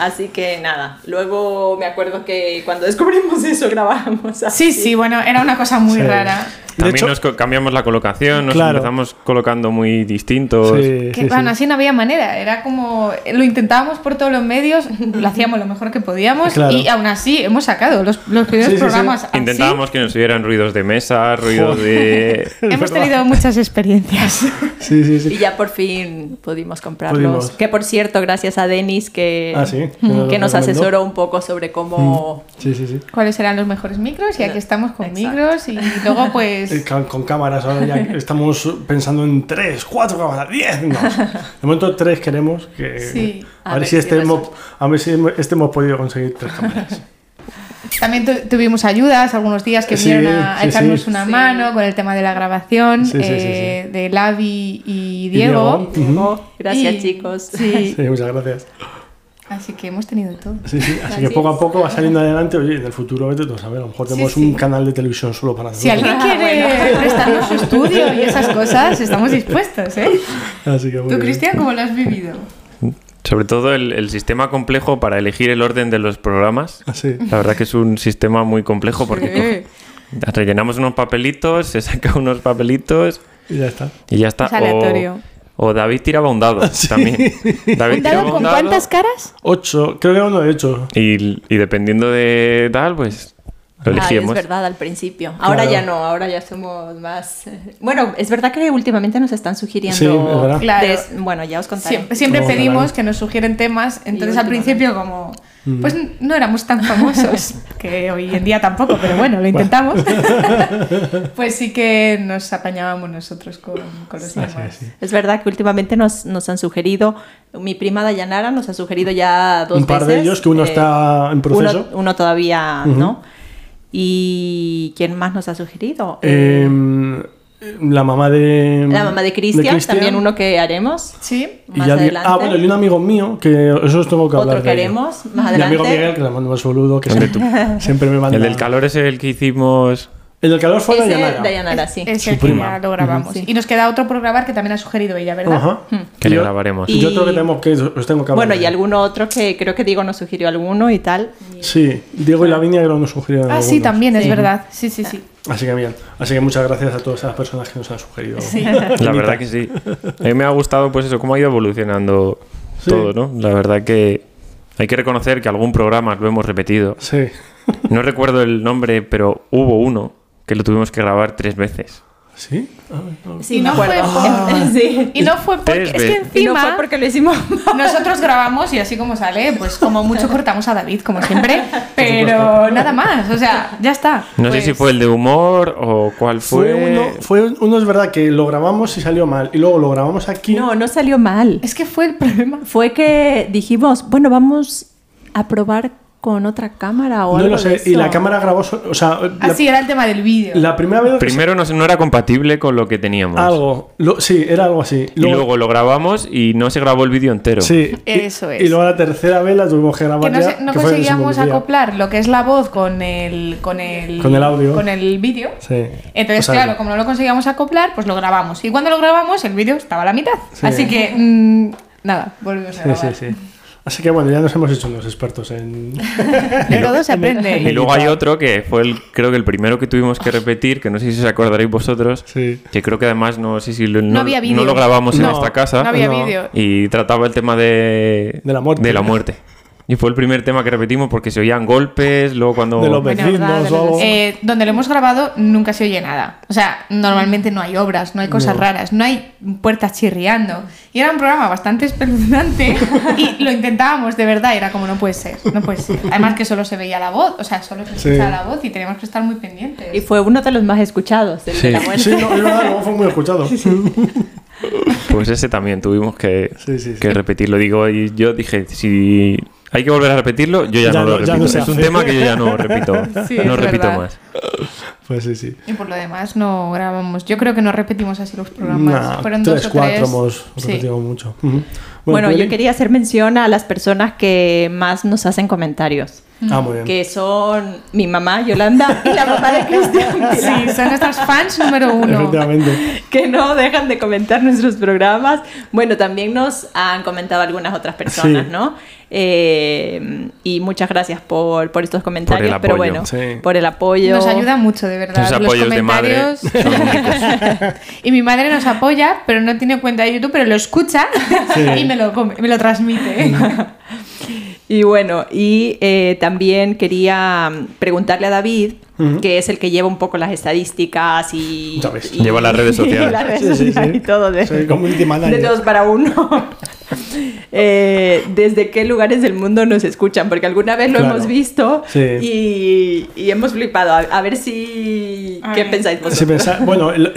[SPEAKER 3] Así que nada, luego me acuerdo que cuando descubrimos eso grabábamos así.
[SPEAKER 2] Sí, sí, bueno, era una cosa muy
[SPEAKER 1] Sí.
[SPEAKER 2] rara.
[SPEAKER 1] De
[SPEAKER 4] También
[SPEAKER 1] hecho,
[SPEAKER 4] nos co- cambiamos la colocación, nos
[SPEAKER 1] Claro.
[SPEAKER 4] empezamos colocando muy distintos.
[SPEAKER 1] sí,
[SPEAKER 2] Que,
[SPEAKER 1] sí, sí.
[SPEAKER 2] bueno, así no había manera, era como eh, lo intentábamos por todos los medios, lo hacíamos lo mejor que podíamos
[SPEAKER 1] Claro.
[SPEAKER 2] y aún así hemos sacado los, los primeros
[SPEAKER 1] Sí, sí, sí.
[SPEAKER 2] programas. así.
[SPEAKER 4] Intentábamos que nos hubieran ruidos de mesa, ruidos de...
[SPEAKER 2] Hemos tenido muchas experiencias.
[SPEAKER 1] Sí, sí,
[SPEAKER 3] Y
[SPEAKER 1] sí.
[SPEAKER 3] ya por fin pudimos comprarlos.
[SPEAKER 1] Pudimos.
[SPEAKER 3] Que por cierto, gracias a Denis que,
[SPEAKER 1] Ah, sí, que nos
[SPEAKER 3] que
[SPEAKER 1] lo
[SPEAKER 3] nos
[SPEAKER 1] recomendó.
[SPEAKER 3] asesoró un poco sobre cómo...
[SPEAKER 1] Sí, sí, sí.
[SPEAKER 2] ¿Cuáles eran los mejores micros? Y aquí estamos con
[SPEAKER 3] Exacto.
[SPEAKER 2] micros y luego
[SPEAKER 1] Eh,
[SPEAKER 2] pues...
[SPEAKER 1] Con, con cámaras, ahora ya estamos pensando en 3, 4 cámaras, 10. No. De momento 3 queremos que.
[SPEAKER 2] Sí,
[SPEAKER 1] a, ver si este hemos, a ver si este hemos podido conseguir 3 cámaras.
[SPEAKER 2] También tu- tuvimos ayudas algunos días que
[SPEAKER 1] Sí,
[SPEAKER 2] vinieron a, a
[SPEAKER 1] sí,
[SPEAKER 2] echarnos
[SPEAKER 1] sí.
[SPEAKER 2] una
[SPEAKER 3] Sí.
[SPEAKER 2] mano con el tema de la grabación
[SPEAKER 1] Sí, sí, sí,
[SPEAKER 2] eh, de Lavi y
[SPEAKER 1] Y Diego,
[SPEAKER 2] Diego.
[SPEAKER 1] ujú.
[SPEAKER 3] Gracias
[SPEAKER 2] Y-
[SPEAKER 3] chicos.
[SPEAKER 2] Sí,
[SPEAKER 1] Sí, muchas gracias.
[SPEAKER 2] así que hemos tenido todo.
[SPEAKER 1] Sí, sí, Así que
[SPEAKER 3] Gracias.
[SPEAKER 1] poco a poco va saliendo adelante. Oye, en el futuro, vete tú a saber, a lo mejor tenemos
[SPEAKER 2] sí.
[SPEAKER 1] un canal de televisión solo para
[SPEAKER 2] Si
[SPEAKER 1] nosotros.
[SPEAKER 2] alguien quiere prestarnos su estudio y esas cosas, estamos dispuestos, ¿eh?
[SPEAKER 1] Así que muy
[SPEAKER 2] ¿Tú,
[SPEAKER 1] bien.
[SPEAKER 2] Cristian, cómo lo has vivido?
[SPEAKER 4] Sobre todo el, el sistema complejo para elegir el orden de los programas.
[SPEAKER 1] Ah, Sí.
[SPEAKER 4] La verdad que es un sistema muy complejo porque
[SPEAKER 2] Eh,
[SPEAKER 4] coge- rellenamos unos papelitos, se saca unos papelitos
[SPEAKER 1] Y ya está.
[SPEAKER 4] y ya está.
[SPEAKER 2] Es aleatorio.
[SPEAKER 4] O, o David tiraba un dado también. David
[SPEAKER 2] ¿Un dado con cuántas caras?
[SPEAKER 1] 8, creo que era uno de 8.
[SPEAKER 4] y, y dependiendo de tal, pues
[SPEAKER 2] Ah,
[SPEAKER 4] lo
[SPEAKER 3] Ay, es
[SPEAKER 4] elegimos.
[SPEAKER 3] verdad, al principio. Ahora
[SPEAKER 1] Claro.
[SPEAKER 3] ya no, ahora ya somos más... eh, Bueno, es verdad que últimamente nos están sugiriendo...
[SPEAKER 1] Sí, es verdad.
[SPEAKER 2] Claro.
[SPEAKER 3] des- Bueno, ya os contaré.
[SPEAKER 2] Siempre, siempre
[SPEAKER 1] No,
[SPEAKER 2] pedimos
[SPEAKER 1] claro. Mm.
[SPEAKER 2] que nos sugieren temas, entonces al
[SPEAKER 3] últimamente.
[SPEAKER 2] principio como... Pues no éramos tan famosos, que hoy en día tampoco, pero bueno, lo intentamos. pues sí que nos apañábamos nosotros con, con los temas.
[SPEAKER 1] sí.
[SPEAKER 3] Es verdad que últimamente nos, nos han sugerido, mi prima Dayanara nos ha sugerido ya dos
[SPEAKER 1] Un par de
[SPEAKER 3] veces,
[SPEAKER 1] ellos, que uno
[SPEAKER 3] eh,
[SPEAKER 1] está en proceso.
[SPEAKER 3] Uno, uno todavía
[SPEAKER 1] Ujú.
[SPEAKER 3] no. ¿Y quién más nos ha sugerido?
[SPEAKER 1] Eh, la mamá de.
[SPEAKER 3] la mamá de Cristian, también uno que haremos.
[SPEAKER 2] Sí,
[SPEAKER 1] Y
[SPEAKER 3] más
[SPEAKER 1] ya di-
[SPEAKER 3] adelante.
[SPEAKER 1] Ah, bueno, y un amigo mío, que eso os tengo que hablar.
[SPEAKER 3] Otro que
[SPEAKER 1] de ello.
[SPEAKER 3] haremos más
[SPEAKER 1] Mi amigo
[SPEAKER 3] adelante.
[SPEAKER 1] Miguel, que le mando un saludo, que siempre, siempre me manda.
[SPEAKER 4] El del calor es el que hicimos.
[SPEAKER 1] El del calor fue
[SPEAKER 3] Ese,
[SPEAKER 1] Dayanara.
[SPEAKER 3] Dayanara, sí.
[SPEAKER 2] es
[SPEAKER 4] Su
[SPEAKER 2] el que
[SPEAKER 4] prima.
[SPEAKER 2] ya lo grabamos.
[SPEAKER 3] Ujú, sí.
[SPEAKER 2] Y nos queda otro por grabar que también ha sugerido ella, ¿verdad?
[SPEAKER 1] Ajá.
[SPEAKER 4] Que
[SPEAKER 1] Y
[SPEAKER 4] le
[SPEAKER 1] yo-
[SPEAKER 4] grabaremos.
[SPEAKER 1] Y... Yo
[SPEAKER 3] Hmm. Y-
[SPEAKER 1] creo que, tenemos que os tengo que hablar.
[SPEAKER 3] Bueno,
[SPEAKER 1] de
[SPEAKER 3] y
[SPEAKER 1] ello.
[SPEAKER 3] alguno otro que creo que Diego nos sugirió alguno y tal.
[SPEAKER 1] Sí, Diego y Lavinia que lo nos sugirieron.
[SPEAKER 2] Ah, sí, Ah.
[SPEAKER 1] algunos.
[SPEAKER 2] también, es verdad. Sí, sí, sí.
[SPEAKER 1] Así que bien. Así que muchas gracias a todas esas personas que nos han sugerido.
[SPEAKER 4] La verdad que sí. A mí me ha gustado, pues eso, cómo ha ido evolucionando
[SPEAKER 1] Sí.
[SPEAKER 4] todo, ¿no? La verdad que hay que reconocer que algún programa lo hemos repetido.
[SPEAKER 1] Sí.
[SPEAKER 4] No recuerdo el nombre, pero hubo uno que lo tuvimos que grabar tres veces.
[SPEAKER 1] ¿Sí? Ah, no.
[SPEAKER 3] Sí,
[SPEAKER 2] Y no
[SPEAKER 3] me acuerdo.
[SPEAKER 2] fue-
[SPEAKER 3] Sí.
[SPEAKER 2] Y no fue porque. Es
[SPEAKER 4] Tres
[SPEAKER 2] que
[SPEAKER 4] veces.
[SPEAKER 3] Y no fue
[SPEAKER 2] encima.
[SPEAKER 3] porque lo hicimos.
[SPEAKER 2] Nosotros grabamos y así como sale, pues como mucho cortamos a David, como siempre, pero nada más, o sea, ya está.
[SPEAKER 4] No
[SPEAKER 2] Pues-
[SPEAKER 4] sé si fue el de humor o cuál
[SPEAKER 1] Fue,
[SPEAKER 4] fue.
[SPEAKER 1] uno, fue un- uno, es verdad que lo grabamos y salió mal. Y luego lo grabamos aquí.
[SPEAKER 3] No, no salió mal.
[SPEAKER 2] Es que fue el problema.
[SPEAKER 3] Fue que dijimos, bueno, vamos a probar con otra cámara o
[SPEAKER 1] No
[SPEAKER 3] algo
[SPEAKER 1] lo
[SPEAKER 3] de
[SPEAKER 1] sé.
[SPEAKER 3] eso.
[SPEAKER 1] Y la cámara grabó. so- O sea, la,
[SPEAKER 2] Así era el tema del vídeo.
[SPEAKER 1] la primera vez. que
[SPEAKER 4] Primero no, se- no era compatible con lo que teníamos.
[SPEAKER 1] Algo. Lo- sí, era algo así.
[SPEAKER 4] Y luego lo grabamos y no se grabó el vídeo entero.
[SPEAKER 1] Sí. y-
[SPEAKER 2] Eso es.
[SPEAKER 1] Y luego la tercera vez la tuvimos que
[SPEAKER 2] que
[SPEAKER 1] grabar.
[SPEAKER 2] no,
[SPEAKER 1] ya,
[SPEAKER 2] se- no
[SPEAKER 1] que fue- se
[SPEAKER 2] conseguíamos
[SPEAKER 1] volvía.
[SPEAKER 2] acoplar lo que es la voz con el con el
[SPEAKER 1] Con el audio.
[SPEAKER 2] con el vídeo.
[SPEAKER 1] Sí.
[SPEAKER 2] Entonces,
[SPEAKER 1] O sea,
[SPEAKER 2] claro, como no lo conseguíamos acoplar, pues lo grabamos. Y cuando lo grabamos, el vídeo estaba a la mitad.
[SPEAKER 1] Sí.
[SPEAKER 2] Así que mm, nada, volvimos a
[SPEAKER 1] Sí,
[SPEAKER 2] grabar.
[SPEAKER 1] sí, sí. Así que bueno, ya nos hemos hecho unos expertos en.
[SPEAKER 2] De todo se aprende.
[SPEAKER 4] Y luego hay otro que fue el, creo que el primero que tuvimos que repetir, que no sé si os acordaréis vosotros,
[SPEAKER 1] Sí.
[SPEAKER 4] que creo que además no sé si lo, no,
[SPEAKER 2] había
[SPEAKER 4] no
[SPEAKER 2] vídeo.
[SPEAKER 4] lo grabamos
[SPEAKER 1] No,
[SPEAKER 4] en esta casa
[SPEAKER 2] no había
[SPEAKER 1] No.
[SPEAKER 2] vídeo.
[SPEAKER 4] y trataba el tema de,
[SPEAKER 1] De la muerte.
[SPEAKER 4] de la muerte. Y fue el primer tema que repetimos porque se oían golpes, luego cuando...
[SPEAKER 1] De los
[SPEAKER 3] Bueno,
[SPEAKER 1] vecinos
[SPEAKER 3] verdad, de
[SPEAKER 1] o
[SPEAKER 3] los
[SPEAKER 1] algo.
[SPEAKER 2] Eh, donde lo hemos grabado nunca se oye nada. O sea, normalmente no hay obras, no hay cosas
[SPEAKER 1] No.
[SPEAKER 2] raras, no hay puertas chirriando. Y era un programa bastante espeluznante y lo intentábamos de verdad. y Era como, no puede ser, no puede ser. Además que solo se veía la voz, o sea, solo se
[SPEAKER 1] Sí.
[SPEAKER 2] escuchaba la voz y teníamos que estar muy pendientes.
[SPEAKER 3] Y fue uno de los más escuchados, el de la muerte.
[SPEAKER 1] Sí, no, es verdad, luego fue muy escuchado.
[SPEAKER 4] Pues ese también tuvimos que,
[SPEAKER 1] Sí, sí, sí.
[SPEAKER 4] que repetirlo. Digo, y yo dije, si hay que volver a repetirlo, yo ya,
[SPEAKER 1] Ya
[SPEAKER 4] no lo
[SPEAKER 1] no- ya
[SPEAKER 4] repito.
[SPEAKER 1] no se
[SPEAKER 4] es un
[SPEAKER 1] hace.
[SPEAKER 4] tema que yo ya no repito.
[SPEAKER 2] Sí,
[SPEAKER 4] no
[SPEAKER 2] es
[SPEAKER 4] repito
[SPEAKER 2] verdad.
[SPEAKER 4] más.
[SPEAKER 1] Pues sí, sí.
[SPEAKER 2] Y por lo demás no grabamos. Yo creo que no repetimos así los programas.
[SPEAKER 1] Nah,
[SPEAKER 2] Fueron
[SPEAKER 1] tres,
[SPEAKER 2] dos o
[SPEAKER 1] cuatro
[SPEAKER 2] tres.
[SPEAKER 1] hemos
[SPEAKER 2] Sí.
[SPEAKER 1] repetido mucho. Ujú.
[SPEAKER 3] Bueno,
[SPEAKER 1] ¿tú,
[SPEAKER 3] yo
[SPEAKER 1] Eli?
[SPEAKER 3] quería hacer mención a las personas que más nos hacen comentarios,
[SPEAKER 1] Ah, muy bien.
[SPEAKER 3] que son mi mamá Yolanda y la mamá de Cristian,
[SPEAKER 2] Sí, son nuestros fans número uno.
[SPEAKER 1] Efectivamente.
[SPEAKER 3] que no dejan de comentar nuestros programas. Bueno, también nos han comentado algunas otras personas,
[SPEAKER 1] Sí.
[SPEAKER 3] ¿no? Eh, y muchas gracias por, por estos comentarios,
[SPEAKER 4] apoyo,
[SPEAKER 3] pero bueno,
[SPEAKER 1] sí.
[SPEAKER 3] por el apoyo.
[SPEAKER 2] Nos ayuda mucho, de verdad.
[SPEAKER 4] Tus
[SPEAKER 2] Los
[SPEAKER 4] apoyos de madre
[SPEAKER 2] comentarios.
[SPEAKER 4] son únicos.
[SPEAKER 2] Y mi madre nos apoya, pero no tiene cuenta de YouTube, pero lo escucha y me lo, come- me lo transmite.
[SPEAKER 3] Y bueno, y eh, también quería mm, preguntarle a David,
[SPEAKER 1] Ujú.
[SPEAKER 3] que es el que lleva un poco las estadísticas y...
[SPEAKER 1] Ya ves.
[SPEAKER 3] y-
[SPEAKER 4] Lleva las redes sociales.
[SPEAKER 3] y las redes
[SPEAKER 1] Sí, sí,
[SPEAKER 3] sociales
[SPEAKER 1] sí.
[SPEAKER 3] y todo de,
[SPEAKER 1] Soy community manager.
[SPEAKER 3] de dos para uno. Eh, ¿Desde qué lugares del mundo nos escuchan? Porque alguna vez lo
[SPEAKER 1] Claro.
[SPEAKER 3] hemos visto
[SPEAKER 1] Sí.
[SPEAKER 3] y, y hemos flipado. A, a ver si...
[SPEAKER 2] A
[SPEAKER 3] ¿Qué
[SPEAKER 2] ver.
[SPEAKER 3] pensáis vosotros?
[SPEAKER 1] Si pensa- bueno, el- el-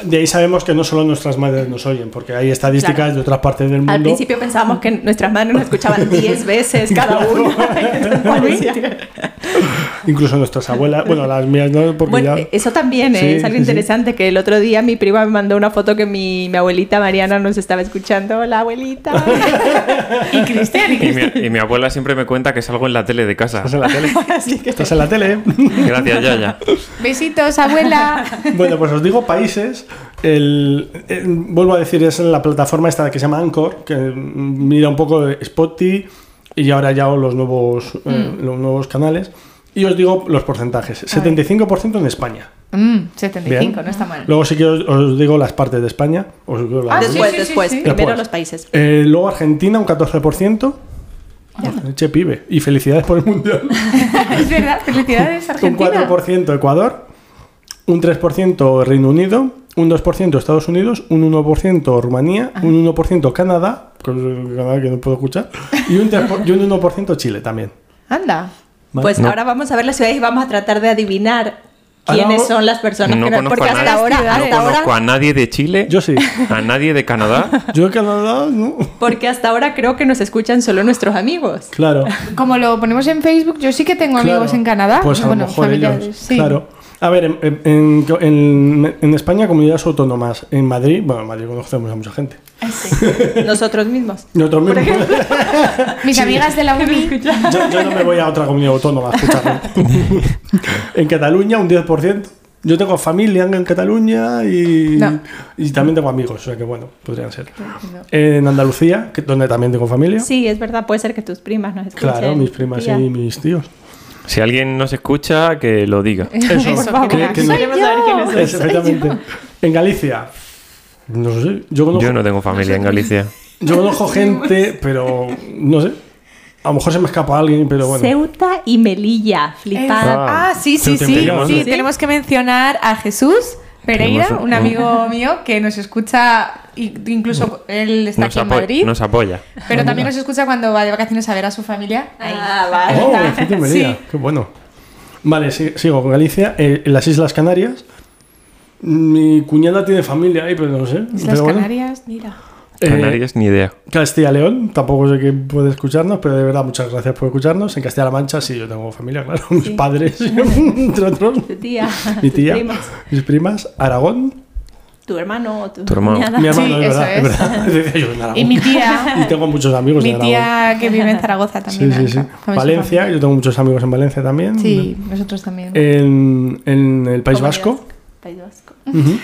[SPEAKER 1] el- de ahí sabemos que no solo nuestras madres nos oyen, porque hay estadísticas
[SPEAKER 3] Claro.
[SPEAKER 1] de otras partes del mundo.
[SPEAKER 3] Al principio pensábamos que nuestras madres nos escuchaban 10 veces cada una.
[SPEAKER 1] Incluso nuestras abuelas, bueno, las mías no, porque
[SPEAKER 3] Bueno,
[SPEAKER 1] ya.
[SPEAKER 3] eso también ¿eh?
[SPEAKER 1] Sí,
[SPEAKER 3] es algo
[SPEAKER 1] sí, sí.
[SPEAKER 3] interesante, que el otro día mi prima me mandó una foto que mi, mi abuelita Mariana nos estaba escuchando. Hola, abuelita.
[SPEAKER 2] Y Cristian, y
[SPEAKER 4] Y
[SPEAKER 2] Cristian.
[SPEAKER 4] mi, y mi abuela siempre me cuenta que salgo en la tele de casa.
[SPEAKER 1] Estás en la tele.
[SPEAKER 3] Así que-
[SPEAKER 1] Estás en la tele.
[SPEAKER 4] Gracias, Yaya.
[SPEAKER 2] Besitos, abuela.
[SPEAKER 1] Bueno, pues os digo países. El, eh, vuelvo a decir, es en la plataforma esta que se llama Anchor, que mm, mira un poco Spotify y ahora ya los nuevos, eh,
[SPEAKER 2] Mm.
[SPEAKER 1] los nuevos canales. Y os digo los porcentajes. 75% en España.
[SPEAKER 2] Mm, 75,
[SPEAKER 1] Bien.
[SPEAKER 2] no está mal.
[SPEAKER 1] Luego sí que os, os digo las partes de España. Os digo las
[SPEAKER 2] Ah,
[SPEAKER 1] dos.
[SPEAKER 2] sí,
[SPEAKER 3] después,
[SPEAKER 2] sí,
[SPEAKER 3] después.
[SPEAKER 2] sí.
[SPEAKER 3] Primero
[SPEAKER 1] Después.
[SPEAKER 3] los países.
[SPEAKER 1] Eh, luego Argentina, un 14%.
[SPEAKER 2] Ah.
[SPEAKER 1] Che pibe. Y felicidades por el Mundial.
[SPEAKER 2] es verdad, felicidades,
[SPEAKER 1] Un
[SPEAKER 2] Argentina.
[SPEAKER 1] 4% Ecuador, un 3% Reino Unido, un 2% Estados Unidos, un 1% Rumanía,
[SPEAKER 2] Ah.
[SPEAKER 1] un 1% Canadá, que es el Canadá que no puedo escuchar, y un, 3 y un 1% Chile también.
[SPEAKER 2] Anda.
[SPEAKER 1] ¿vale?
[SPEAKER 3] Pues
[SPEAKER 4] No.
[SPEAKER 3] ahora vamos a ver las ciudades y vamos a tratar de adivinar
[SPEAKER 1] Ahora
[SPEAKER 3] quiénes
[SPEAKER 1] vamos-
[SPEAKER 3] son las personas
[SPEAKER 4] No
[SPEAKER 3] que nos...
[SPEAKER 4] conozco
[SPEAKER 3] Porque
[SPEAKER 4] a
[SPEAKER 3] hasta
[SPEAKER 4] nadie.
[SPEAKER 3] ahora,
[SPEAKER 2] No
[SPEAKER 3] hasta ahora,
[SPEAKER 4] Conozco a nadie de Chile,
[SPEAKER 1] Yo sí.
[SPEAKER 4] a nadie de Canadá.
[SPEAKER 1] Yo Canadá, no.
[SPEAKER 3] porque hasta ahora creo que nos escuchan solo nuestros amigos.
[SPEAKER 1] Claro.
[SPEAKER 2] Como lo ponemos en Facebook, yo sí que tengo
[SPEAKER 1] claro.
[SPEAKER 2] amigos en Canadá.
[SPEAKER 1] Pues a
[SPEAKER 2] bueno,
[SPEAKER 1] lo mejor
[SPEAKER 2] familiares,
[SPEAKER 1] ellos.
[SPEAKER 2] sí.
[SPEAKER 1] Claro. A ver, en, en- en- en España, comunidades autónomas. En Madrid, bueno, en Madrid conocemos a mucha gente.
[SPEAKER 2] Ay, sí.
[SPEAKER 3] Nosotros mismos.
[SPEAKER 1] Nosotros mismos.
[SPEAKER 2] Mis amigas de la uni.
[SPEAKER 1] Yo, yo no me voy a otra comunidad autónoma, escúchame. en Cataluña, un 10%. Yo tengo familia en Cataluña y,
[SPEAKER 2] No.
[SPEAKER 1] y también tengo amigos, o sea que bueno, podrían ser. En Andalucía, que, donde también tengo familia.
[SPEAKER 3] Sí, es verdad, puede ser que tus primas nos escuchen.
[SPEAKER 1] claro, mis primas
[SPEAKER 3] tía.
[SPEAKER 1] y mis tíos.
[SPEAKER 4] Si alguien nos escucha, que lo diga.
[SPEAKER 1] Eso,
[SPEAKER 2] Eso,
[SPEAKER 1] que-
[SPEAKER 2] que-
[SPEAKER 1] que-
[SPEAKER 2] Soy
[SPEAKER 3] Queremos saber quiénes son.
[SPEAKER 1] es- efectivamente. En Galicia, no sé, yo conozco,
[SPEAKER 4] Yo no tengo familia en Galicia.
[SPEAKER 1] yo conozco gente, pero no sé. a lo mejor se me escapa alguien, pero bueno.
[SPEAKER 3] Ceuta y Melilla, flipada.
[SPEAKER 2] Ah, sí, sí,
[SPEAKER 4] Ceuta
[SPEAKER 2] sí,
[SPEAKER 4] y
[SPEAKER 2] sí,
[SPEAKER 4] Melilla.
[SPEAKER 2] sí. Tenemos que mencionar a Jesús Pereira,
[SPEAKER 4] Tenemos un-
[SPEAKER 2] un amigo mío que nos escucha, y- incluso él está
[SPEAKER 4] Nos,
[SPEAKER 2] aquí en
[SPEAKER 4] apo-
[SPEAKER 2] Madrid,
[SPEAKER 4] nos apoya.
[SPEAKER 2] pero también nos escucha cuando va de vacaciones a ver a su familia. Ahí.
[SPEAKER 3] Ah, vale.
[SPEAKER 1] Oh, Ceuta y Melilla, qué bueno. Vale, si- sigo con Galicia, eh, en las Islas Canarias. Mi cuñada tiene familia ahí, pero no sé.
[SPEAKER 2] Islas
[SPEAKER 1] pero bueno.
[SPEAKER 2] Canarias, mira.
[SPEAKER 1] Eh,
[SPEAKER 4] Canarias, ni idea.
[SPEAKER 1] Castilla y León, tampoco sé quién puede escucharnos, pero de verdad muchas gracias por escucharnos. En Castilla-La Mancha sí, yo tengo familia, claro, mis padres, entre otros,
[SPEAKER 3] Tu tía,
[SPEAKER 1] mi
[SPEAKER 3] tus
[SPEAKER 1] tía,
[SPEAKER 3] primas,
[SPEAKER 1] mis primas, Aragón,
[SPEAKER 3] tu hermano, tu,
[SPEAKER 4] Tu hermano.
[SPEAKER 3] cuñada.
[SPEAKER 1] mi hermano, es
[SPEAKER 2] Sí, eso
[SPEAKER 1] verdad, es verdad. Decía yo, en Aragón.
[SPEAKER 2] Y mi tía,
[SPEAKER 1] Y tengo muchos amigos
[SPEAKER 2] mi
[SPEAKER 1] en Aragón.
[SPEAKER 2] tía que vive en Zaragoza también.
[SPEAKER 1] Sí, sí, sí.
[SPEAKER 2] Anca, con su
[SPEAKER 1] Valencia, yo Eh, tengo muchos amigos en Valencia también.
[SPEAKER 2] familia. Sí, nosotros también.
[SPEAKER 1] En, en el País Vasco.
[SPEAKER 3] País Vasco.
[SPEAKER 1] Ujú.